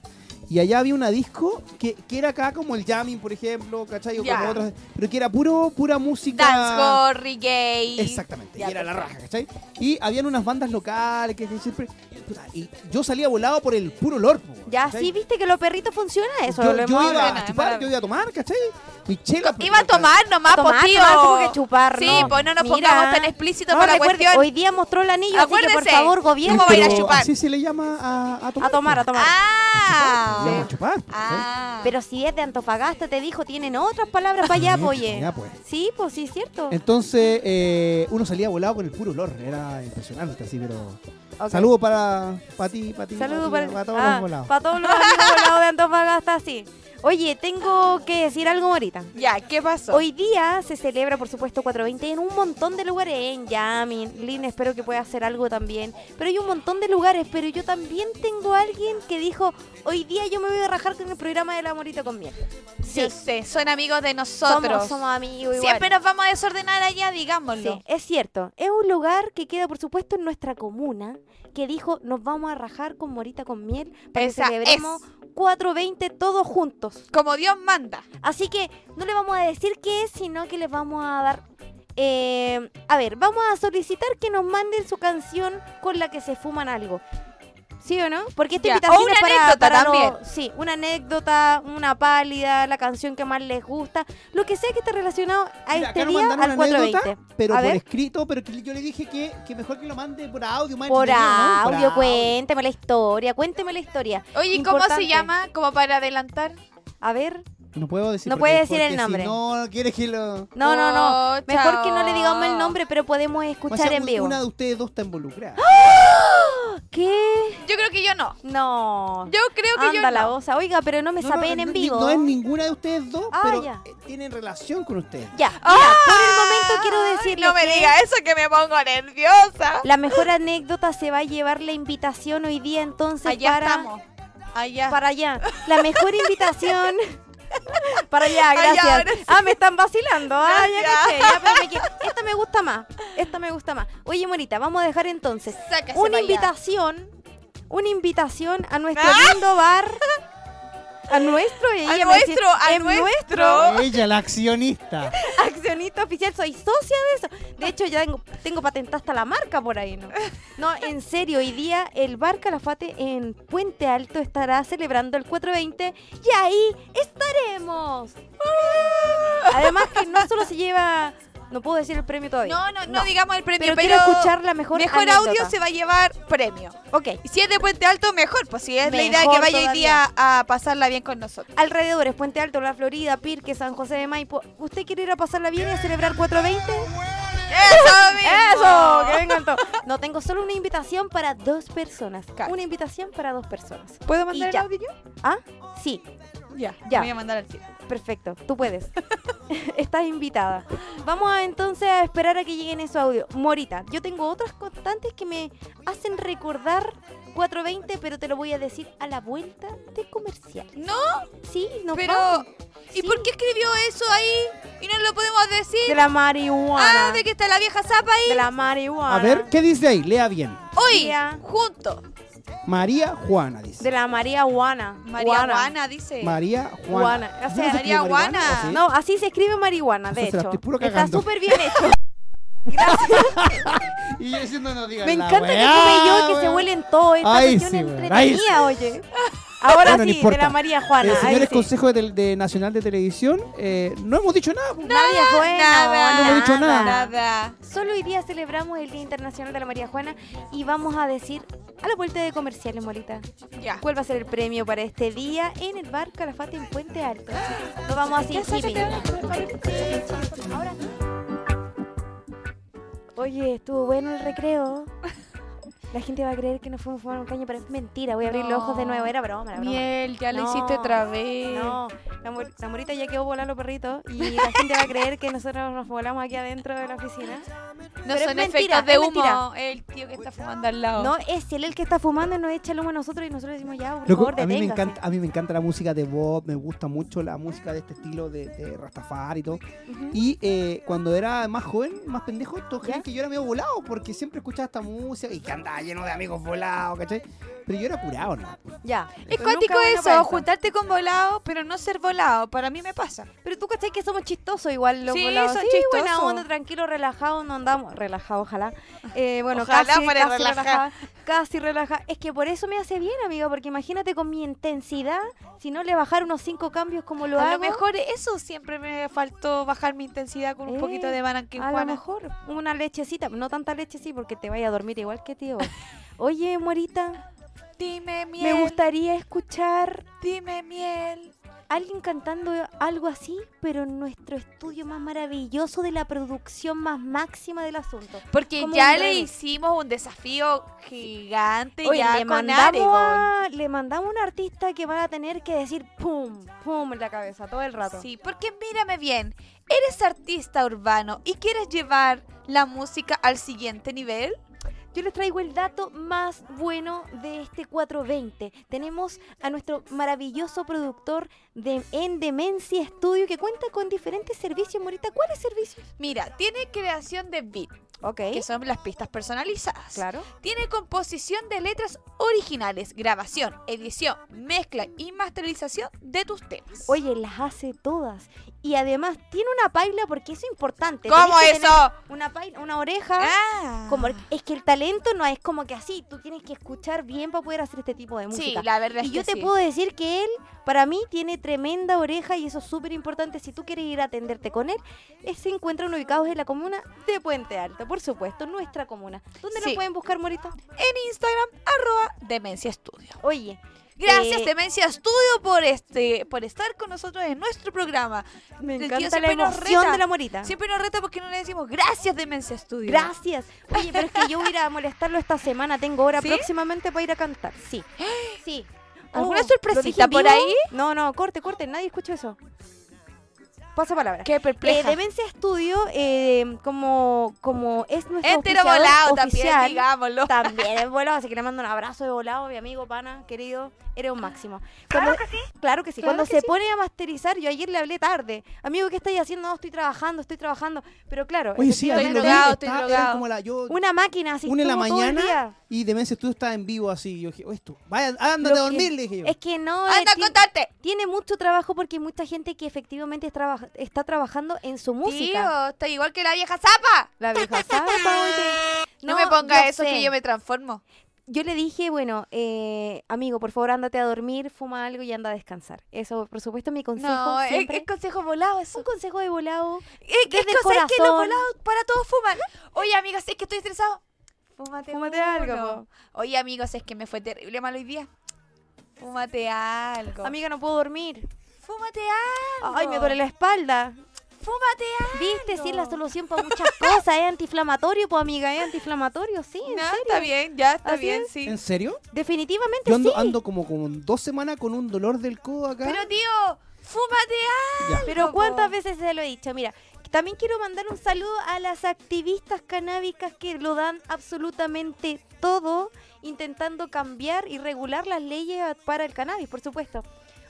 Y allá había una disco que, que era acá como el jamming, por ejemplo, ¿cachai? O Ya. como otras, pero que era puro, pura música. Dancehall, reggae. Exactamente, Ya, y era la perfecto. raja, ¿cachai? Y habían unas bandas locales que, que siempre. puta, y yo salía volado por el puro olor. po, Ya, ¿cachai? sí, viste que los perritos funciona eso. Yo, lo yo hemos iba hablado. a chupar, yo iba a tomar, ¿cachai? Mi chela. Iba a tomar nomás, Tomar, pues, tío. tomar, como que chupar, Sí, ¿no? pues no nos Mira. pongamos tan explícitos No, para la recuerde, cuestión. hoy día mostró el anillo, así que por Acuérdese, favor, ¿cómo gobierno. va a ir a Pero chupar? Así se le llama a, a tomar. A tomar, a tomar. Ah, Íbamos a chupar. ¿cachai? ah. Pero si es de Antofagasta, te dijo, tienen otras palabras para allá, Ya, po, oye. ya, pues. Sí, pues sí, es cierto. Entonces, eh, uno salía volado con el puro olor, era impresionante, así, pero... Ok. Saludo para, para ti, para ti, Saludos para, para, ti, para todos ah, los volados. para todos los amigos volados de Antofagasta, sí. Oye, tengo que decir algo ahorita. Ya, ¿qué pasó? Hoy día se celebra, por supuesto, 420 en un montón de lugares, en Yamin, Lin, espero que pueda hacer algo también. Pero hay un montón de lugares, pero yo también tengo a alguien que dijo, hoy día yo me voy a rajar con el programa de la morita con miel. Sí, Yo sé, son amigos de nosotros. somos, somos amigos igual. Siempre nos vamos a desordenar allá, digámoslo. Sí, es cierto. Es un lugar que queda, por supuesto, en nuestra comuna, que dijo, nos vamos a rajar con morita con miel para Esa que celebremos 420 todos juntos. Como Dios manda. Así que no le vamos a decir qué es, sino que les vamos a dar... eh, a ver, vamos a solicitar que nos manden su canción con la que se fuman algo. ¿Sí o no? Porque esta Ya, o invitación una es para, anécdota para lo- también. sí, una anécdota, una pálida, la canción que más les gusta, lo que sea que esté relacionado a Mira, este acá nos día mandaron al una anécdota, 420. Pero A por ver. escrito, pero que yo le dije que, que mejor que lo mande por audio, más Por entretenido, ¿no? Por audio, pues. cuénteme la historia, cuénteme la historia. Oye, ¿y ¿cómo Importante. se llama? Como para adelantar. A ver, No puedo decir. No porque- puede decir el porque nombre. Si no, quieres que lo... no, no, no. Oh, Mejor chao. que no le digamos el nombre, pero podemos Más escuchar si en vivo. ¡Ah! Una de ustedes dos está involucrada. ¿Qué? Yo creo que yo no. No. Yo creo que Anda yo la no. osa. Oiga, pero no me No, no, sapen en no, vivo. No es ninguna de ustedes dos, Ah, pero ya. eh, tienen relación con ustedes. Ya, mira, por el momento quiero Ay, decirle No me que diga eso que me pongo nerviosa. la mejor anécdota se va a llevar la invitación hoy día entonces Allá para estamos. Allá. para allá. La mejor invitación. Para allá, Allá, gracias. ahora sí. Ah, me están vacilando. Ah, ya Gracias. caché, ya, pero me qued- Esta me gusta más. Esta me gusta más. Oye, Morita, vamos a dejar entonces Sácase una bailar. invitación. Una invitación a nuestro Ah. lindo bar. A nuestro y A ella me decía, nuestro, a "Es nuestro". Oh. Ella, la accionista. accionista oficial, soy socia de eso. De hecho, ya tengo, tengo patentada hasta la marca por ahí, ¿no? No, en serio, hoy día el Bar Calafate en Puente Alto estará celebrando el 420 y ahí estaremos. Además que no solo se lleva, no puedo decir el premio todavía. No, no, no, digamos el premio, pero, pero, quiero escuchar la mejor mejor anécdota. audio se va a llevar premio. Ok. Y si es de Puente Alto, mejor, pues si es la idea Mejor que vaya hoy todavía. día a pasarla bien con nosotros. Alrededores, Puente Alto, La Florida, Pirque, San José de Maipo. ¿Usted quiere ir a pasarla bien y a celebrar 420? ¡Eso, mismo! ¡Eso! ¡Que vengan todos! No, tengo solo una invitación para dos personas. Cacha. Una invitación para dos personas. ¿Puedo mandar mandar el el audio yo? ¿Ah? Sí, Ya, Ya. voy a mandar al tiro. perfecto. Tú puedes. Estás invitada. Vamos a, entonces a esperar a que lleguen esos audios. Morita, yo tengo otras constantes que me hacen recordar 420, pero te lo voy a decir a la vuelta de comercial. No, Sí, nos pero... vamos. ¿Y Sí. por qué escribió eso ahí y no lo podemos decir? De la marihuana. Ah, de que está la vieja zapa ahí. De la marihuana. A ver, ¿qué dice ahí? Lea bien. Hoy, Día. juntos. María Juana dice. De la marihuana. María Juana dice. María Juana. Juana. ¿No O sea, se escribe María marihuana, Juana. o sí? No, así se escribe marihuana, de O sea, se la hecho. estoy puro Está cagando. súper bien hecho. Y yo diciendo no digas Me la encanta que weá, tú y yo que se weón. huelen todo. Esta Ay, cuestión sí, weón. entretenida, Ay, sí. oye. Ahora Bueno, no sí, de importa. la María Juana. Eh, ahí señores, sí. Consejo de, de Nacional de Televisión, eh, no hemos dicho nada. po. María Juana, nada, no hemos dicho nada. Nada. Solo hoy día celebramos el Día Internacional de la María Juana y vamos a decir a la vuelta de comerciales, Morita, Ya. cuál va a ser el premio para este día en el bar Calafate en Puente Alto. Nos vamos así, hippie. Ahora sí. Oye, estuvo bueno el recreo. La gente va a creer que nos fuimos a fumar un caño, pero es mentira. Voy a abrir los ojos de No. nuevo. Era broma, era broma. Miel, ya lo No, hiciste otra vez. No, la, mor- la morita ya quedó volando los perritos y la gente va a creer que nosotros nos volamos aquí adentro de la oficina. No Pero son es mentira, efectos de es humo. El tío que está fumando al lado. No, es él el que está fumando y nos echa el humo a nosotros y nosotros decimos ya, por Loco, favor, a mí me deténgase. encanta, a mí me encanta la música de Bob, me gusta mucho la música de este estilo de, de Rastafari y todo. Ujú. Y eh, cuando era más joven, más pendejo, todos creían ¿Ya? que yo era medio volado porque siempre escuchaba esta música y que andaba lleno de amigos volados, ¿cachai? Pero yo era curado, ¿no? Ya. Es Pero nunca cuático van a eso, parar. juntarte con volado, pero no ser volado. Para mí me pasa. Pero tú cachai que somos chistosos igual los Sí, volados. son buena chistosos. onda, tranquilo, relajado, no andamos. Relajado, ojalá. Eh, bueno, Ojalá casi, fuera casi relajada. relajada. Casi relajada. Es que por eso me hace bien, amigo, porque imagínate con mi intensidad, si no le bajar unos cinco cambios como lo a hago. lo mejor eso siempre me faltó bajar mi intensidad con un Eh, poquito de A lo bananquinjuana. mejor una lechecita, no tanta leche sí, porque te vaya a dormir igual que tío. Oye, Morita, Dime miel. me gustaría escuchar Dime miel. alguien cantando algo así, pero en nuestro estudio más maravilloso de la producción más máxima del asunto. Porque Como ya un le rey. hicimos un desafío gigante Oye, ya le con mandamos, Aragorn. a, le mandamos a un artista que va a tener que decir pum, pum en la cabeza todo el rato. Sí, porque mírame bien, eres artista urbano y quieres llevar la música al siguiente nivel. Yo les traigo el dato más bueno de este 420. Tenemos a nuestro maravilloso productor de En Demencia Studio que cuenta con diferentes servicios. Morita, ¿cuáles servicios? Mira, tiene creación de beat, Ok, que son las pistas personalizadas. ¿Eh? claro. Tiene composición de letras originales, grabación, edición, mezcla y masterización de tus temas. Oye, las hace todas. Y además tiene una paila porque eso es importante. ¿cómo Tenés que tener eso? Una paila, una oreja. Ah. Como, es que el talento no es como que así, tú tienes que escuchar bien para poder hacer este tipo de Sí, música. la verdad es Y yo que te sí. puedo decir que él, para mí, tiene tremenda oreja y eso es súper importante. Si tú quieres ir a atenderte con él, eh, se encuentran ubicados en la comuna de Puente Alto, por supuesto, nuestra comuna. ¿Dónde Sí. lo pueden buscar, Morita? En Instagram, arroba Demencia Studio. Oye, Gracias, Eh, Demencia Studio, por, este, por estar con nosotros en nuestro programa. me El tío encanta la siempre nos emoción reta. de la Morita. Siempre nos reta porque no le decimos gracias, Demencia Studio. Ah. Gracias. Oye, pero es que yo voy a ir a molestarlo esta semana. Tengo hora ¿Sí? próximamente para ir a cantar. Sí. Sí. Oh, ¿Alguna ¿lo sorpresita dije en por vivo? ahí? No, no, corte, corte. Nadie escuchó eso. Pasa palabra. Qué Eh, perpleja. Demencia Estudio, eh, como, como es nuestro Entero auspiciador Este volado también, oficial, digámoslo. también es volado, así que le mando un abrazo de volado, mi amigo pana, querido, eres un máximo. Cuando- claro que sí. Claro que sí. Claro Cuando que se sí. pone a masterizar, yo ayer le hablé tarde. Amigo, ¿qué estáis haciendo? No, estoy trabajando, estoy trabajando. Pero claro, Oye, sí, estoy a mí lo vi, drogado, estoy era drogado. como la, yo, una máquina así una en la estuvo todo el día. mañana y Demencia tú estás en vivo así. Yo dije, oye, tú, vaya, ándate a Lo que- dormir, le dije yo. Es que no. eh, Anda, ti- contarte. tiene mucho trabajo porque hay mucha gente que efectivamente es traba- está trabajando en su música. Tío, está igual que la vieja zapa. La vieja zapa, oye. No, me ponga yo eso sé. que yo me transformo. Yo le dije, bueno, eh, amigo, por favor, ándate a dormir, fuma algo y anda a descansar. Eso, por supuesto, mi consejo No, es, siempre. es consejo volado un eso. consejo de volado. Es, es desde el cosa que los corazón. volados para todos fuman. Oye, amigas, es que estoy estresado. Fúmate, Fúmate algo, uno. Oye, amigos, es que me fue terrible mal hoy día. Fúmate algo. Amiga, no puedo dormir. Fúmate algo. Ay, me duele la espalda. Fúmate algo. Viste, sí, es la solución para muchas cosas. Es antiinflamatorio, pues, amiga, es antiinflamatorio, sí, en No, serio. está bien, ya está Así bien, es. sí. ¿En serio? Definitivamente Yo ando, sí. ando como con dos semanas con un dolor del codo acá. Pero tío, fúmate Ya. algo. Pero cuántas veces se lo he dicho, mira, también quiero mandar un saludo a las activistas canábicas que lo dan absolutamente todo, intentando cambiar y regular las leyes a- para el cannabis, por supuesto.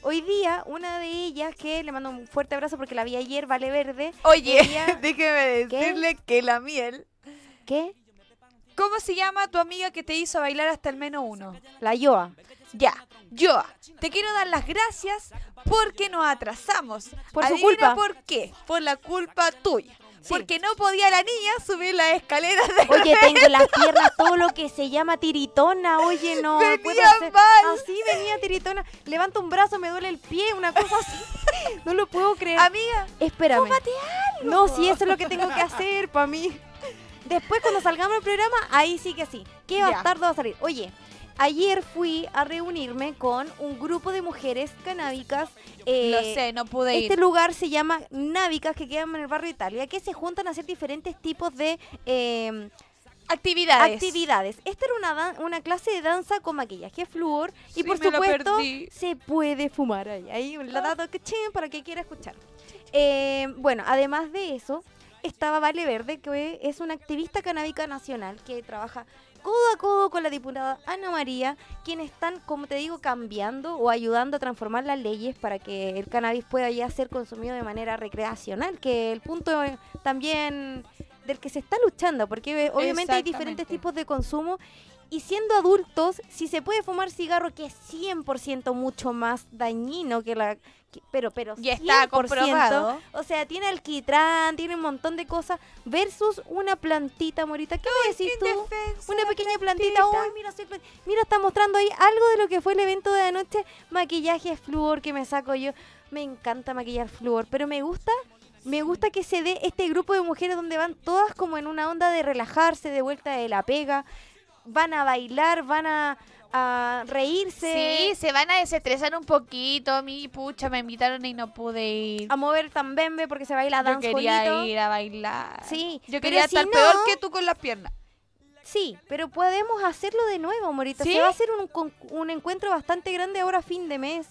Hoy día, una de ellas, que le mando un fuerte abrazo porque la vi ayer, Vale Verde, Ella- Oye, déjeme ¿Qué? decirle que la miel. ¿qué? ¿Cómo se llama tu amiga que te hizo bailar hasta el menos uno? La Yoa. Ya, yo te quiero dar las gracias porque nos atrasamos. Por su Adivina culpa. ¿Por qué? Por la culpa tuya. Sí. Porque no podía la niña subir las escaleras de Oye, tengo en las piernas todo lo que se llama tiritona. Oye, no. Venía puedo hacer- mal. Así venía tiritona. Levanto un brazo, me duele el pie, una cosa así. No lo puedo creer. Amiga, Espérame. No, sí, eso es lo que tengo que hacer para mí. Después, cuando salgamos del programa, ahí sí que sí. ¿Qué Ya. bastardo va a salir? Oye, ayer fui a reunirme con un grupo de mujeres canábicas. eh, lo sé, no pude ir. este lugar se llama Návicas, que quedan en el barrio Italia, que se juntan a hacer diferentes tipos de eh, Actividades. actividades. Esta era una, dan- una clase de danza con maquillaje flúor y Sí, por me lo supuesto perdí. Ah. se puede fumar ahí. Ahí un dato que ching para que quiera escuchar. Eh, bueno, además de eso, estaba Vale Verde, que es una activista canábica nacional que trabaja codo a codo con la diputada Ana María, quienes están, como te digo, cambiando o ayudando a transformar las leyes para que el cannabis pueda ya ser consumido de manera recreacional, que el punto eh, también del que se está luchando, porque eh, obviamente hay diferentes Exactamente. tipos de consumo y siendo adultos, si se puede fumar cigarro, que es 100% mucho más dañino que la... que- pero, pero... Y está 100%, comprobado. O sea, tiene alquitrán, tiene un montón de cosas, versus una plantita, Morita. ¿Qué me decís tú? Una pequeña plantita. Uy, mira, soy plan- mira, está mostrando ahí algo de lo que fue el evento de anoche. Maquillaje flúor que me saco yo. Me encanta maquillar flúor, pero me gusta, me gusta que se dé este grupo de mujeres donde van todas como en una onda de relajarse, de vuelta de la pega. Van a bailar, van a, a reírse, Sí, se van a desestresar un poquito. A mí, pucha, me invitaron y no pude ir. a mover tambembe porque se baila Yo dance quería bonito. ir a bailar. Sí, pero Yo quería si estar no- peor que tú con las piernas. Sí, pero podemos hacerlo de nuevo, Morita. ¿Sí? Se va a hacer un, con- un encuentro bastante grande ahora a fin de mes.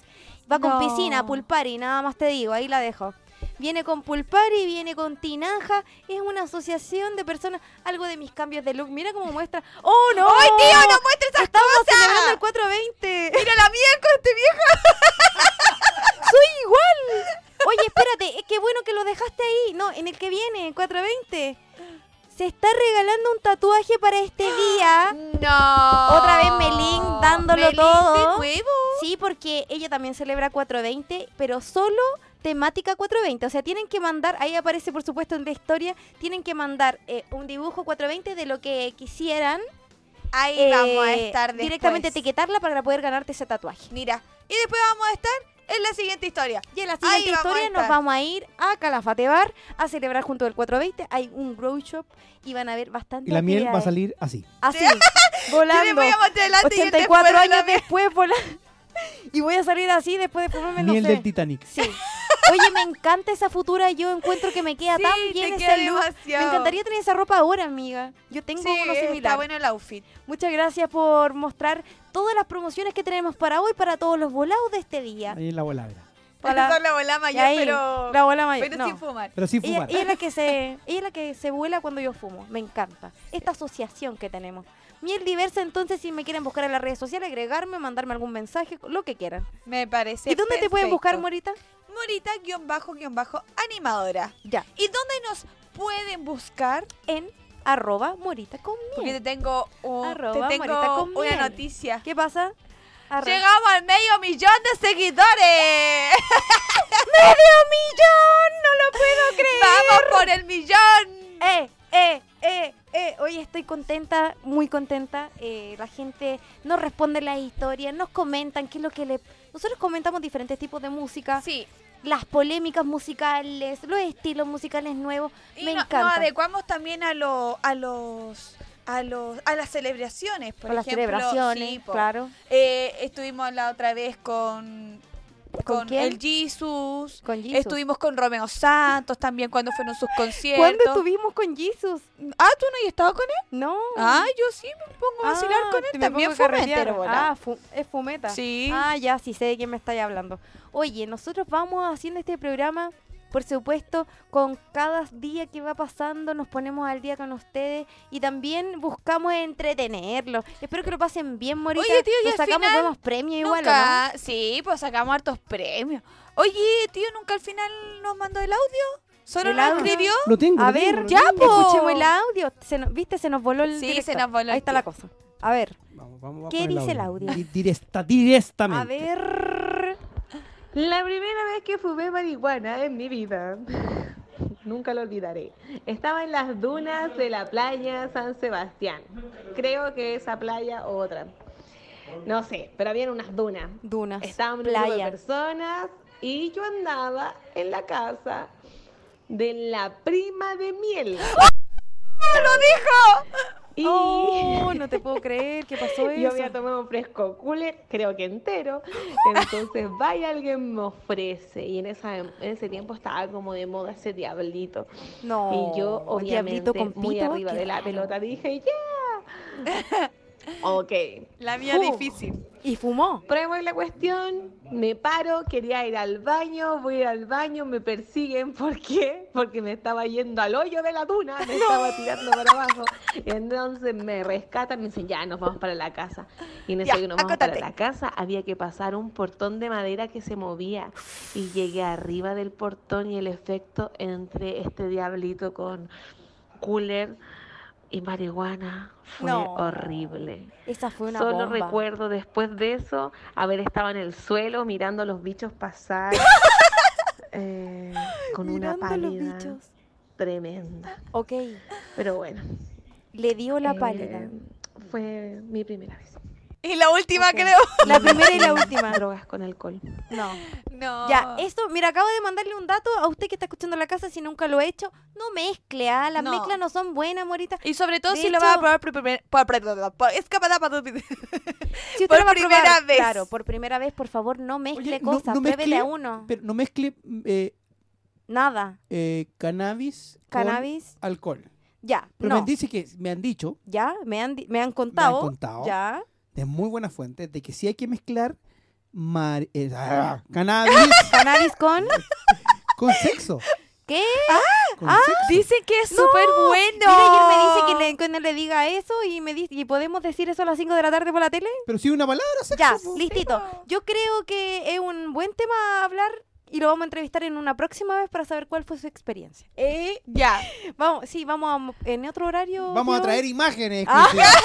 Va con No. piscina, pulpari, nada más te digo, ahí la dejo. Viene con pulpari, viene con tinaja. Es una asociación de personas. Algo de mis cambios de look. Mira cómo muestra. ¡Oh, no! ¡Ay, tío, no muestres esas Estamos cosas! celebrando el 420. Mira la miércoles, este vieja. ¡Soy igual! Oye, espérate, es que bueno que lo dejaste ahí. No, en el que viene, 420. Se está regalando un tatuaje para este día. No. Otra vez Melín dándolo Melín todo. de nuevo. Sí, porque ella también celebra 420, pero solo temática 420. O sea, tienen que mandar, ahí aparece por supuesto en la historia, tienen que mandar eh, un dibujo 420 de lo que quisieran. Ahí eh, vamos a estar después. Directamente etiquetarla para poder ganarte ese tatuaje. Mira. Y después vamos a estar en la siguiente historia. Y en la Ahí siguiente vamos a historia nos estar. vamos a ir a Calafate Bar a celebrar junto del 420. Hay un grow shop y van a ver bastante Y la miel va a salir así. Así, Yo les volando. voy a mostrar el antes y el 84 después de la años después, vola- Y voy a salir así después de fumarme, no Miel sé. del Titanic. Sí. Oye, me encanta esa futura. Yo encuentro que me queda Sí, tan te bien queda esa look. demasiado. Me encantaría tener esa ropa ahora, amiga. Yo tengo Sí, uno está similar. bueno el outfit. Muchas gracias por mostrar todas las promociones que tenemos para hoy, para todos los volados de este día. Ahí en la voladera. Para- Esa es la bola Y mayor, ahí, pero, la bola mayor. pero no. sin fumar. Pero sin Ella, fumar. ella es la que se, ella es la que se vuela cuando yo fumo. Me encanta. Esta asociación que tenemos. Miel diversa, entonces si me quieren buscar en las redes sociales, agregarme, mandarme algún mensaje, lo que quieran. Me parece ¿Y dónde te pueden buscar, perfecto. Morita? Morita guión bajo guión bajo animadora. Ya, ¿Y dónde nos pueden buscar? en arroba morita con miel. Porque te tengo, un- Mm. Arroba te Morita tengo con una miel. noticia. ¿Qué pasa? Arre. Llegamos al medio millón de seguidores. ¡Medio millón! ¡No lo puedo creer! Vamos por el millón. ¡Eh, eh, eh, eh! Hoy estoy contenta, muy contenta. Eh, la gente nos responde las historias, nos comentan qué es lo que le... Nosotros comentamos diferentes tipos de música, Sí. las polémicas musicales, los estilos musicales nuevos. Y Me no- nos encanta. adecuamos también a lo- a los a los a las celebraciones, por Con las ejemplo. celebraciones, Sí, po. claro. Eh, estuvimos la otra vez con ¿Con con, quién? el Jesus. Con Jesus. Estuvimos con Romeo Santos también cuando fueron sus conciertos. ¿Cuándo estuvimos con Jesus? Ah, ¿tú no has estado con él? No. Ah, yo sí me pongo a vacilar Ah, con él. te me También pongo a fue carretear. mentero, Ah, fu- es fumeta. Sí. Ah, ya, sí sé de quién me estáis hablando. Oye, nosotros vamos haciendo este programa, por supuesto, con cada día que va pasando, nos ponemos al día con ustedes y también buscamos entretenerlos. Espero que lo pasen bien, Morita. Oye, tío, y Nos al sacamos final, buenos premios igual, ¿o ¿no? Nunca, sí, pues sacamos hartos premios. Oye, tío, nunca al final nos mandó el audio. Solo ¿El nos audio? escribió. Lo tengo. A lo tengo, ver, lo ya, tengo. po. escuchemos el audio. Se nos- ¿Viste? Se nos voló el Sí, director. se nos voló Ahí el está la cosa. A ver, Vamos, vamos, vamos ¿Qué con dice el audio? Di- directa- directamente. a ver... La primera vez que fumé marihuana en mi vida nunca lo olvidaré. Estaba en las dunas de la playa San Sebastián. Creo que esa playa o otra. No sé, pero habían unas dunas. Dunas. Estábamos en un grupo de playa. personas y yo andaba en la casa de la prima de miel. ¡Lo dijo! Y ¡Ah! Oh, no te puedo creer, ¿qué pasó yo eso? había tomado un fresco cooler, creo que entero. Entonces, vaya, alguien me ofrece. Y en, esa, en ese tiempo estaba como de moda ese diablito. No. Y yo, obviamente, Oh, diablito con muy pito, arriba qué de la raro. pelota, dije, ¡ya! ok. La mía Uh. difícil. Y fumó. Pruebo la cuestión, me paro, quería ir al baño, voy al baño, me persiguen, ¿por qué? Porque me estaba yendo al hoyo de la duna, me estaba tirando para abajo. Entonces me rescatan, me dicen, ya, nos vamos para la casa. Y en eso Ya, que nos vamos acótate. para la casa, había que pasar un portón de madera que se movía. Y llegué arriba del portón y el efecto entre este diablito con cooler y marihuana fue No. horrible. Esa fue una Solo bomba. recuerdo después de eso haber estado en el suelo mirando a los bichos pasar eh, con Mirando una a los pálida bichos. tremenda. Ok, Pero bueno, le dio la eh, pálida. fue mi primera vez. Y la última, Ok. creo. La primera y la última. Drogas con alcohol. No. No. Ya, esto, mira, acabo de mandarle un dato a usted que está escuchando en la casa si nunca lo ha hecho. No mezcle, ah, las No. mezclas no son buenas, morita. Y sobre todo De si lo vas a hecho- probar por primera vez. Es capaz de Si usted Por lo va a primera probar, vez. Claro, por primera vez, por favor, no mezcle Oye, no- cosas. no pruébele mezcle, a uno. Pero no mezcle eh, Nada. eh, cannabis, Cannabis. con alcohol. Ya, Pero no. me dice que me han dicho Ya, me han, di- me han contado. contado. Ya. de muy buena fuente de que sí hay que mezclar mar- eh, ah, cannabis Cannabis con. con sexo. ¿Qué? Ah, Con sexo. Dicen que es No, súper bueno. Mira, ayer me dice que, le, que no le diga eso y me dice, ¿y podemos decir eso a las 5 de la tarde por la tele? Pero sí una palabra sexo. Ya, po. listito. Yo creo que es un buen tema a hablar y lo vamos a entrevistar en una próxima vez para saber cuál fue su experiencia. Eh, ya. Vamos, sí, vamos a- en otro horario. Vamos a Diego. traer imágenes. Ah. exclusivas.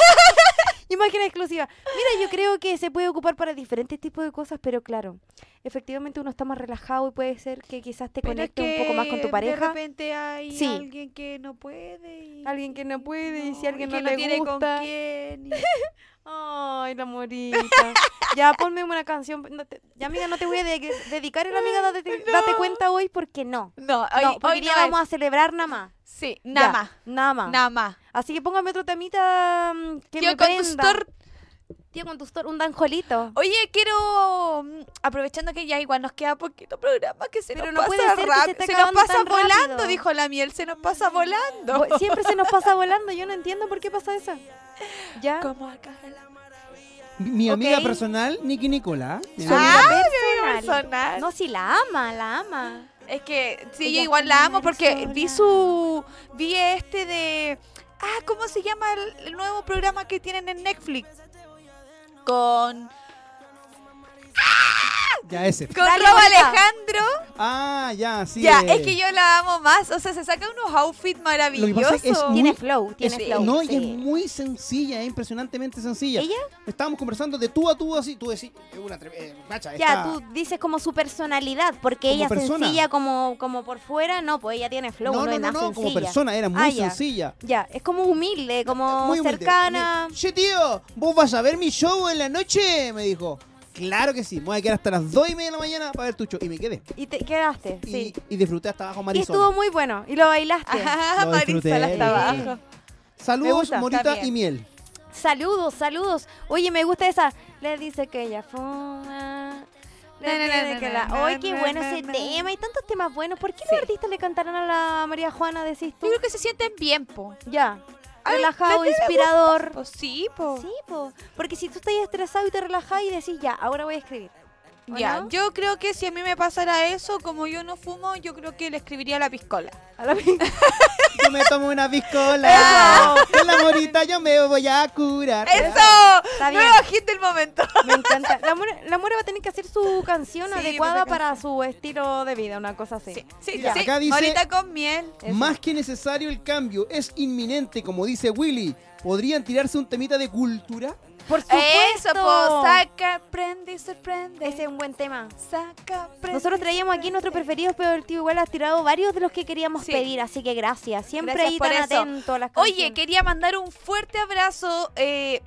Imágenes exclusivas. Mira, yo creo que se puede ocupar para diferentes tipos de cosas, pero claro, efectivamente uno está más relajado y puede ser que quizás te Pero es conecte un poco más con que tu pareja. De repente hay Sí. alguien que no puede. y- Alguien que no puede y si alguien que no le tiene con gusta. quién. y- Ay, la morita. ya ponme una canción. No te- ya, amiga, no te voy a de- dedicar el amiga date, date cuenta hoy porque no. No, hoy, No, porque hoy hoy no día es. vamos a celebrar nada más. Sí, nada Ya, más. Nada más. Nada más. Así que póngame otro temita mm, que Tío me conductor, Tío conductor, un Oh, danjolito. oye, quiero mm, aprovechando que ya igual nos queda poquito programa que se Pero nos no puede pasa ser que se rap- esté se nos acabando pasa tan rápido. volando, dijo la miel, se nos pasa volando. Vo- Siempre se nos pasa volando. Yo no entiendo por qué pasa eso. Ya. Como acá en la Mi- Mi amiga Ok. Ah. personal, Nikki Nicola. mi Su amiga- amiga vida personal. personal. No, si la ama, la ama. Es que sí, Ella yo es igual la amo una porque vi persona. su vi este de ah, ¿cómo se llama el, el nuevo programa que tienen en Netflix? Con Ya ese. con Dale, Rob Mónica. Alejandro. Ah, ya, sí. ya, eh. es que yo la amo más, o sea, se saca unos outfits Lo que pasa maravillosos. es que es Oh, muy- Tiene flow, tiene Es- flow. no, y es sí. muy sencilla, es impresionantemente sencilla. ¿Ella? Estábamos conversando de tú a tú así, tú decís, es una trem- eh, Cacha, Ya, está- tú dices como su personalidad, porque Como ella persona. sencilla como, como por fuera, no, pues ella tiene flow, no, no, es no, no, nada no, como sencilla. persona, era muy Ah, ya. sencilla. Ya, es como humilde, como muy humilde. cercana. Me- Che, tío, ¿vos vas a ver mi show en la noche? Me dijo. Claro que sí, me voy a quedar hasta las 2 y media de la mañana para ver tu show. Y me quedé. Y te quedaste, Y, sí. y disfruté hasta abajo Y estuvo Marisol. muy bueno, y lo bailaste. Ajá, Lo Marisol disfruté, hasta sí. abajo. me Saludos, gusta, Morita también. y Miel. Saludos, saludos. Oye, me gusta esa. Le dice que ella fuma. le Na, na, na, pide na, que na, la- na, ¡Ay, qué na, bueno na, ese na. tema! Hay tantos temas buenos. ¿Por qué los artistas le cantarán a la María Juana, decís tú? Yo creo que se sienten bien, po. Ya. Ay, Relajado, la tiene inspirador. Pues sí, po. Sí, po. porque si tú estás estresado y te relajas y decís, ya, ahora voy a escribir. ¿O Ya, no? yo creo que si a mí me pasara eso, como yo no fumo, yo creo que le escribiría a la piscola. A la vez. Yo me tomo una piscola. Con la Morita yo me voy a curar. ¡Eso! Está bien, ¡Nueva hit del momento! me encanta. La Mora, la Mora va a tener que hacer su canción Sí, adecuada pues, la para su estilo de vida, una cosa así. Sí, sí, Ya. sí. Acá dice- Morita con miel. Eso. Más que necesario el cambio, es inminente, como dice Willy. ¿Podrían tirarse un temita de cultura? Por Eso, supuesto. po, saca, prende y sorprende. Ese es un buen tema. Saca, prende. Nosotros traíamos aquí nuestros preferidos, pero el tío igual has tirado varios de los que queríamos Sí. pedir, así que gracias. Siempre Gracias ahí por tan eso. atento a las Oye, canciones. quería mandar un fuerte abrazo eh,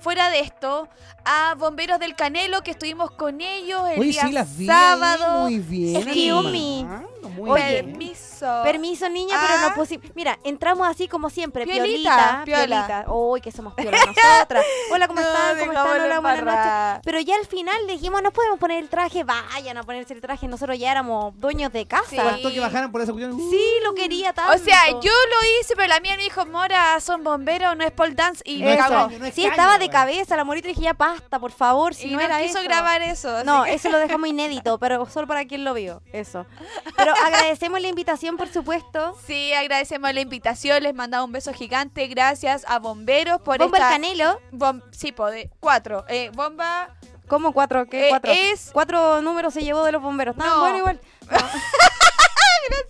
fuera de esto a Bomberos del Canelo que estuvimos con ellos el Oye, día sí, las vi ahí, sábado. muy bien. Excuse animando, me. muy Oye, bien. Permiso. Permiso, niña, Ah. pero no posible. Mira, entramos así como siempre. Piolita, Piolita, piola. piolita. Uy, que somos piola nosotras. Hola, ¿cómo No, están? ¿Cómo están? dejamos la Hola, buenas noches. embarrada. Pero ya al final dijimos, no podemos poner el traje. Vayan a ponerse el traje. Nosotros ya éramos dueños de casa. Faltó que bajaran por esa cuestión. Sí, lo quería tanto. O sea, yo lo hice, pero la mía me dijo, Mora, son bomberos, no es pole dance. Y me Eso. cagó. No es sí, caña, estaba de weón. cabeza. La morita dije, ya basta, por favor. Si y no no era quiso eso. grabar eso. así No, que- eso lo dejamos inédito, pero solo para quien lo vio. Eso. Pero agradecemos la invitación, por supuesto. Sí, agradecemos la invitación, les mandamos un beso gigante. Gracias a bomberos por Bomba el esta... Canelo. Bom- sí, po, de cuatro. Eh, bomba. ¿Cómo cuatro? ¿Qué Eh, cuatro? es- Cuatro números se llevó de los bomberos. Tan No. bueno igual. No.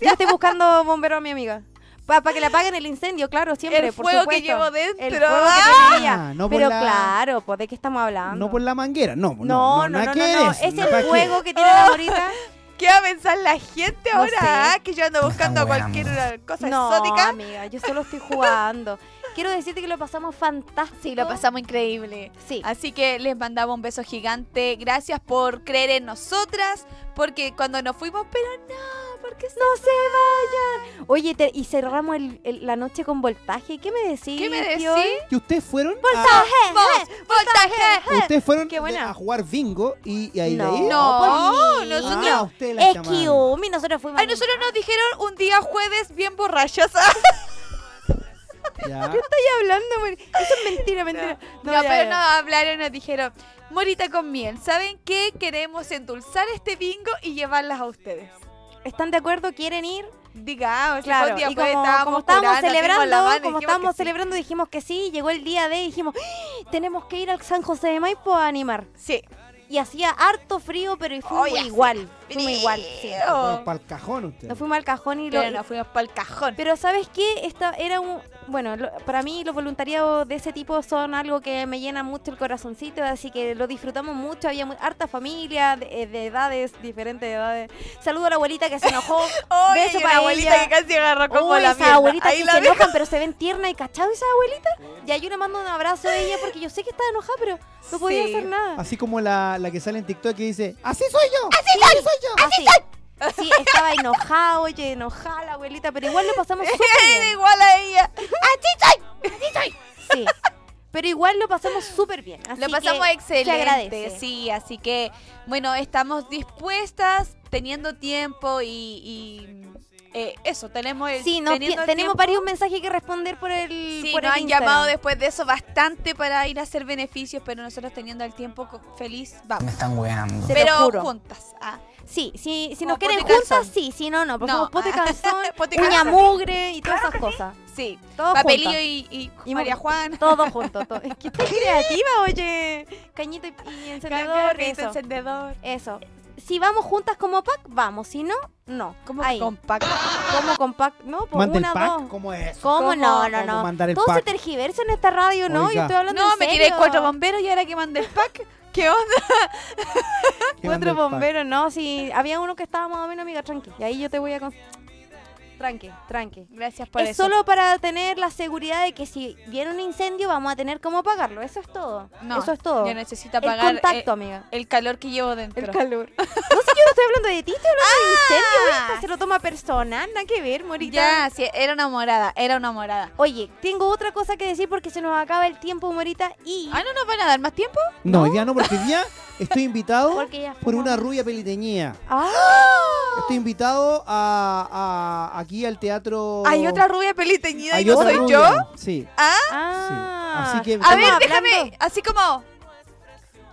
Yo estoy buscando bomberos a mi amiga. Para que le apaguen el incendio, claro, siempre, El por fuego que supuesto. llevo dentro. El fuego Ah, que tenía. no por Pero la- claro, pues, ¿de qué estamos hablando? No por la manguera, no. No, no, no, nada no, que no, eres, Es el nada que- fuego que tiene la morita. ¿Qué va a pensar la gente No ahora? sé. ah? Que yo ando buscando Esa wea, cualquier cosa No, exótica. amiga, yo solo estoy jugando. Quiero decirte que lo pasamos fantástico. Sí, lo pasamos increíble. Sí. Así que les mandamos un beso gigante. Gracias por creer en nosotras. Porque cuando nos fuimos, pero no, porque se- ¡No se vayan! Oye, te- y cerramos el- el- la noche con voltaje. ¿Qué me decís? Eh, ¿Qué me tío? decís? Que ustedes fueron. a- ¡Vos, voltaje! ustedes fueron Qué buena. de- a jugar bingo y, y ahí de ahí. No, por mí. nosotros- Ah, ustedes la pues Es que llamaron. Umi, nosotros fuimos. A nosotros nos dijeron un día jueves bien borrachos. Ya. estoy hablando, Mari. Eso es mentira, mentira. No, ya, pero ya. nos hablaron, nos dijeron, Morita con miel, ¿saben qué? Queremos endulzar este bingo y llevarlas a ustedes. ¿Están de acuerdo? ¿Quieren ir? Digamos, Claro. un día y como, jueves como curadas, estábamos nos dimos la celebrando, mano y como dijimos que estábamos sí. celebrando, dijimos que sí. Llegó el día de y dijimos, "Ah, tenemos que ir al San José de Maipo a animar. Sí. Y hacía harto frío, pero y fuimos Oye, igual. Fuimos igual, sí. Fueron pa'l cajón ustedes. Nos fuimos al cajón y lo, Pero nos fuimos para el cajón. Pero ¿sabes qué? Esta era un... Bueno, lo- para mí los voluntariados de ese tipo son algo que me llena mucho el corazoncito, así que lo disfrutamos mucho. Había mu- harta familia, de, eh, de edades, diferentes edades. Saludo a la abuelita que se enojó. Oye, Beso y para la abuelita ella. que casi agarró como Uy, la esas mierda. abuelitas Ahí que la se dejo. enojan, pero se ven tiernas y cachado esas abuelitas. Ya yo le mando un abrazo a ella porque yo sé que está enojada, pero no podía Sí. hacer nada. Así como la, la que sale en TikTok que dice, así soy yo. Así. Sí, estaba enojada, oye, enojada la abuelita, pero igual lo pasamos súper bien. Era igual a ella. Sí. Pero igual lo pasamos súper bien. así Lo pasamos que excelente. Se agradece. Sí, así que, bueno, estamos dispuestas, teniendo tiempo y... y, eh, eso, tenemos el Sí, nos tie- teniendo tenemos tiempo. varios mensajes que responder por el. Sí, por nos el han llamado Instagram. después de eso bastante para ir a hacer beneficios, pero nosotros teniendo el tiempo co- feliz, Me vamos. están weando. Te lo Pero juro. juntas. ah. Sí, sí, si Como nos quieren pote calzón. juntas, sí, si no, no. Porque No. ah, somos pote calzón, Pues Pote uña calzón. mugre y todas esas cosas. Sí, Todos Papelillo juntas. y, y Y María mo- Juana. Todo junto. todo. Es que estás creativa, oye. Cañito y, y encendedor. Cargadito, eso. encendedor. eso. Si vamos juntas como pack, vamos. Si no, no. ¿Cómo Ahí. compacto? como con pack? No, por Manda el una, pack. dos. ¿Cómo es? eso? ¿Cómo? No, no, ¿Cómo no. mandar el Todo se pack? tergiversa en esta radio, ¿no? Yo Oiga. estoy hablando No, en me serio. tiré cuatro bomberos y ahora que mandé el pack. ¿Qué onda? ¿Qué manda Cuatro el pack? bomberos, no. Sí, había uno que estaba más o menos, amiga, tranqui. Y ahí yo te voy a... con- Tranqui, tranqui. Gracias por es eso. solo para tener la seguridad de que si viene un incendio vamos a tener cómo apagarlo. Eso es todo. No, Eso es todo. Yo necesito el apagar eh, contacto, amiga. el calor que llevo dentro. El calor. Ah. No sé, yo no estoy hablando de ti, estoy hablando de incendio. esta se lo toma personal, nada que ver, morita. ya, sí, era una morada, era una morada. Oye, tengo otra cosa que decir porque se nos acaba el tiempo, morita, y... Ah, ¿no nos van a dar más tiempo? No, hoy día no, porque hoy día estoy invitado Porque ya por fuimos. una rubia peliteñía. ¡Ah! Estoy invitado a, a- aquí al teatro. Hay otra rubia peli teñida Hay y no otra soy rubia. yo. Sí. Ah. Así que- A Estamos ver, hablando- déjame, así como.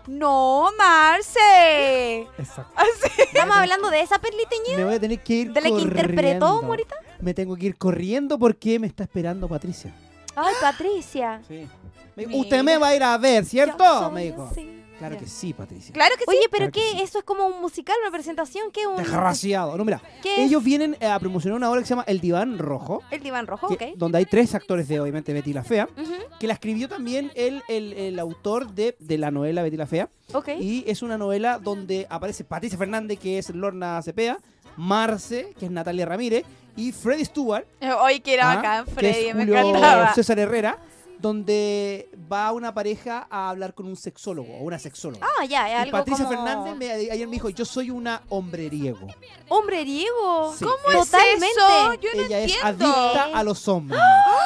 No, Marce. Exacto. Estamos hablando de esa perliteñida. Me voy a tener que ir ¿De la que corriendo. interpretó, Morita? Me tengo que ir corriendo porque me está esperando Patricia. Ay, Patricia. Sí. Mira. Usted me va a ir a ver, Yo ¿cierto? soy Me dijo. así. Claro que sí, Patricia. Claro que sí. Oye, pero Claro que ¿qué? sí. Eso es como un musical, una presentación, ¿qué? Un... Desgraciado. No, mira. ¿Qué Ellos vienen eh, a promocionar una obra que se llama El Diván Rojo. El diván rojo, que- ok. Donde hay tres actores de, obviamente, Betty la Fea. Ujú, Que la escribió también el, el- el autor de, de la novela Betty la Fea. ok. Y es una novela donde aparece Patricia Fernández, que es Lorna Cepeda. Marce, que es Natalia Ramírez. Y Freddy Stewart, Hoy que era Ah, bacán, que Freddy, es me Julio encantaba. César Herrera, donde va una pareja a hablar con un sexólogo o una sexóloga. Ah, ya, es Y algo Patricia como... Fernández me- ayer me dijo, yo soy una hombreriego. ¡Hombreriego! Sí. ¿Cómo ¿Cómo es Totalmente. eso? Yo no Ella es entiendo. adicta a los hombres. Ah.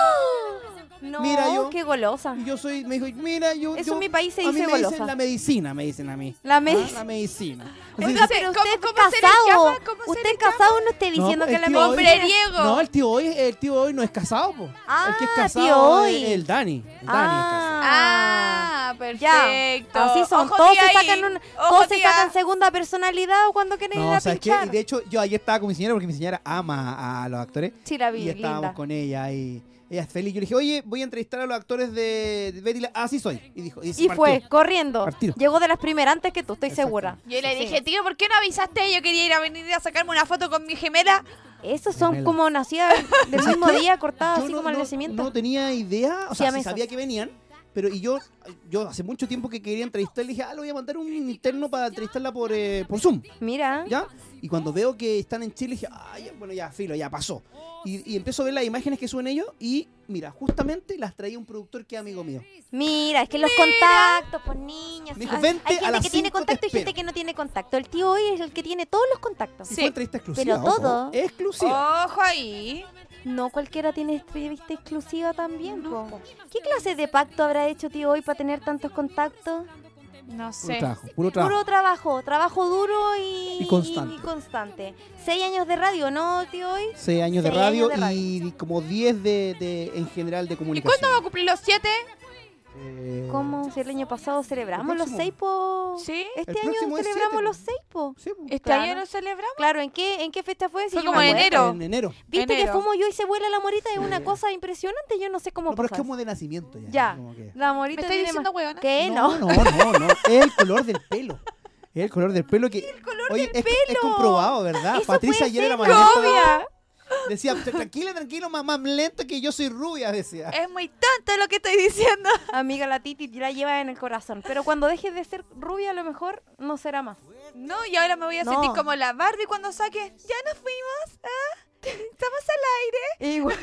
No, Mira, yo- qué golosa. Y yo soy, me dijo, mira, yo... Eso yo- en mi país se a mí dice me golosa. dicen la medicina, me dicen a mí. La Ah, medicina. La medicina. Oiga, pero ¿cómo- usted es cómo se le casado. llama? ¿Cómo se usted le es casado, no esté diciendo No, que el la tío hoy- medicina- Hombreriego. No, el tío hoy, el tío hoy no es casado, po. Ah, el que es tío casado hoy. es el Dani. El Dani es casado. Ah. Ah, Ya, perfecto. así son. Ojo, todos tía, se ahí. sacan, un- Ojo, todos se tía. sacan segunda personalidad o cuando quieren ir No, a ¿sabes qué? pinchar. Y de hecho, yo ayer estaba con mi señora porque mi señora ama a los actores. Sí, la Y vi, estábamos linda. con ella y ella es feliz. Yo le dije, oye, voy a entrevistar a los actores de de Betty la... Ah, sí soy. Y dijo, y, se Y partió. fue, corriendo. Partido. Llegó de las primeras antes que tú, estoy segura. Yo le Sí. dije, tío, ¿por qué no avisaste? Yo quería ir a venir a sacarme una foto con mi gemela. Esos son Gemela. como nacidas del ¿Sabes mismo qué? día, cortadas Yo así no, como al no- nacimiento. no tenía idea, o sea, sí Siamesas. sabía que venían, pero y yo, yo hace mucho tiempo que quería entrevistar, le dije, ah, le voy a mandar un interno para entrevistarla por, eh, por Zoom, Mira. ¿ya? Y cuando veo que están en Chile, dije, ah, ya, bueno, ya, filo, ya pasó. Y, y empiezo a ver las imágenes que suben ellos y, mira, justamente las traía un productor que es amigo mío. Mira, es que los contactos, pues niñas. Me dijo, hay- "Vente hay a gente las que tiene cinco, te contacto y gente espero". que no tiene contacto. El tío hoy es el que tiene todos los contactos. Y fue entrevista exclusiva. Pero ojo, todo. exclusiva. Ojo ahí. No cualquiera tiene entrevista exclusiva también. po. pues, ¿Qué clase de pacto habrá hecho tío hoy para tener tantos contactos? No Puro sé. trabajo, Oh, puro trabajo. Puro trabajo, trabajo duro y, Y constante. y constante. Seis años de radio, ¿no, tío hoy? Seis años de Seis radio, años de radio. y como 10 de, de- en general de ¿Y comunicación. cuándo va a cumplir los siete? Eh, ¿Cómo? Si el año pasado celebramos el los próximo. seis, po. Sí. Este El año próximo es celebramos siete, los po. seis, po. Sí, pues. Ah, Este Claro. año no celebramos. Claro, ¿en qué, ¿en qué feesta fue? Si Fue yo como me en acuerdo. enero. En enero. Viste Enero. que fumo yo y se vuela la morita, es una cosa impresionante, yo no sé cómo No, pero es pasa. como de nacimiento ya. Ya. como que- La Me morita estoy tiene diciendo huevona. más... ¿Qué? No, No. no, no, no. Es el color del pelo. Es el color del pelo que. El color del es, pelo. Es comprobado, ¿verdad? Eso Patricia puede ayer ser en la mañana. ¡Obvia! Decía, tranquila, tranquilo, más, más lento que yo soy rubia, decía. Es muy tonto lo que estoy diciendo. Amiga, la Titi la lleva en el corazón. Pero cuando dejes de ser rubia, a lo mejor no será más. No, y ahora me voy a No. sentir como la Barbie cuando saque. Ya nos fuimos. ¿Ah? Estamos al aire. Igual.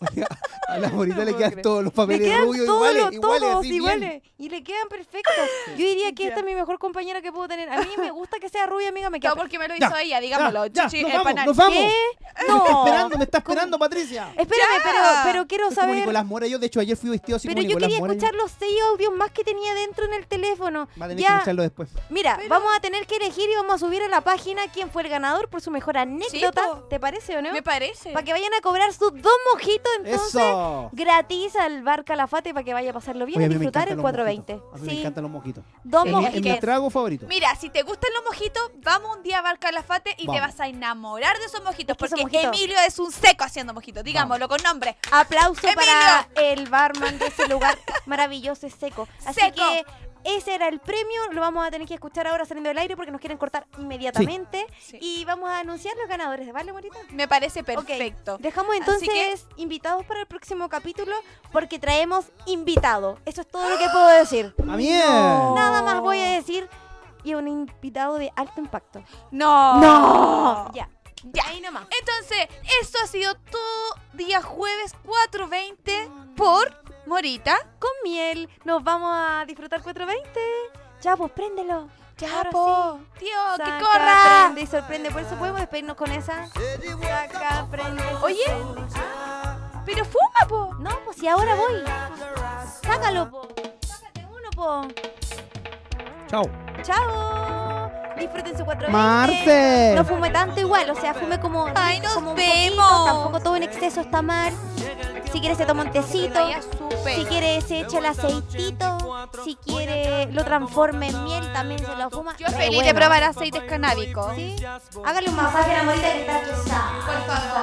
Oye, a la morita le puedo quedan creer. todos los Le papeles quedan rubios todos, iguales, los- iguales, todos así, bien. iguales. Y le quedan perfectos. Yo diría que Ya. esta es mi mejor compañera que puedo tener. A mí me gusta que sea rubia, amiga, me queda. No, porque me lo Ya, hizo ella, digámoslo. ya, Chuchi, nos el vamos, panal. nos vamos. Eh, ¿Qué? Me No. está esperando, me está ¿Cómo? esperando, Patricia. Espérame, pero, pero quiero Soy como saber. Nicolás Mora, yo de hecho ayer fui vestido así Pero como yo Nicolás quería Mora. escuchar los seis audios más que tenía dentro en el teléfono. Va a tener que Ya, escucharlo después. mira, vamos a tener que elegir y vamos a subir a la página quién fue el ganador por su mejor anécdota. po. ¿Te parece o no? Me parece. Para que vayan a cobrar sus dos mojitos entonces Eso. gratis al bar Calafate para que vaya a pasarlo bien Oye, y a mí me disfrutar encantan el los 420. mojitos. A mí me Sí, encantan los mojitos. dos Es mi- mojitos. Es mi trago favorito. Mira, si te gustan los mojitos, vamos un día a Bar Calafate y te Vamos. vas a enamorar de esos mojitos. que porque esos mojitos- Emilio es un seco haciendo mojitos. Digámoslo con nombre. Aplauso para el barman de ese lugar maravilloso, es seco. Así Seco. que ese era el premio, lo vamos a tener que escuchar ahora saliendo del aire porque nos quieren cortar inmediatamente. Sí. Y vamos a anunciar los ganadores, ¿vale, Morita? Me parece Ok, perfecto. Dejamos Así entonces que- invitados para el próximo capítulo porque traemos invitado. Eso es todo lo que puedo decir. ¡A miel! Nada más voy Oh. a decir y un invitado de alto impacto. No. Ya. Oh. Ya. Ahí nomás. Entonces, esto ha sido todo día jueves 4.20 por Morita. Con miel nos vamos a disfrutar 420. Ya, pues préndelo. Ahora po. sí. Tío, Saca, que corra. Prende y sorprende. Por eso podemos despedirnos con esa. Saca, prende. Oye. sorprende. Pero fuma, po. No, pues si ahora voy. Sácalo, po. Sácate uno, po. Chao. Chao. Disfruten su 420. Marce. No fume tanto igual, o sea, fume como. Ay, nos como un vemos. poquito, tampoco todo en exceso está mal. Si quieres, se toma un tecito. Vaya súper. Si quiere, se echa el aceitito. Si quiere, lo transforma en miel, también se lo fuma. Yo Re feliz de bueno. probar aceites canábicos. Sí. Hágale un masaje a la morita que está aquí. Por favor.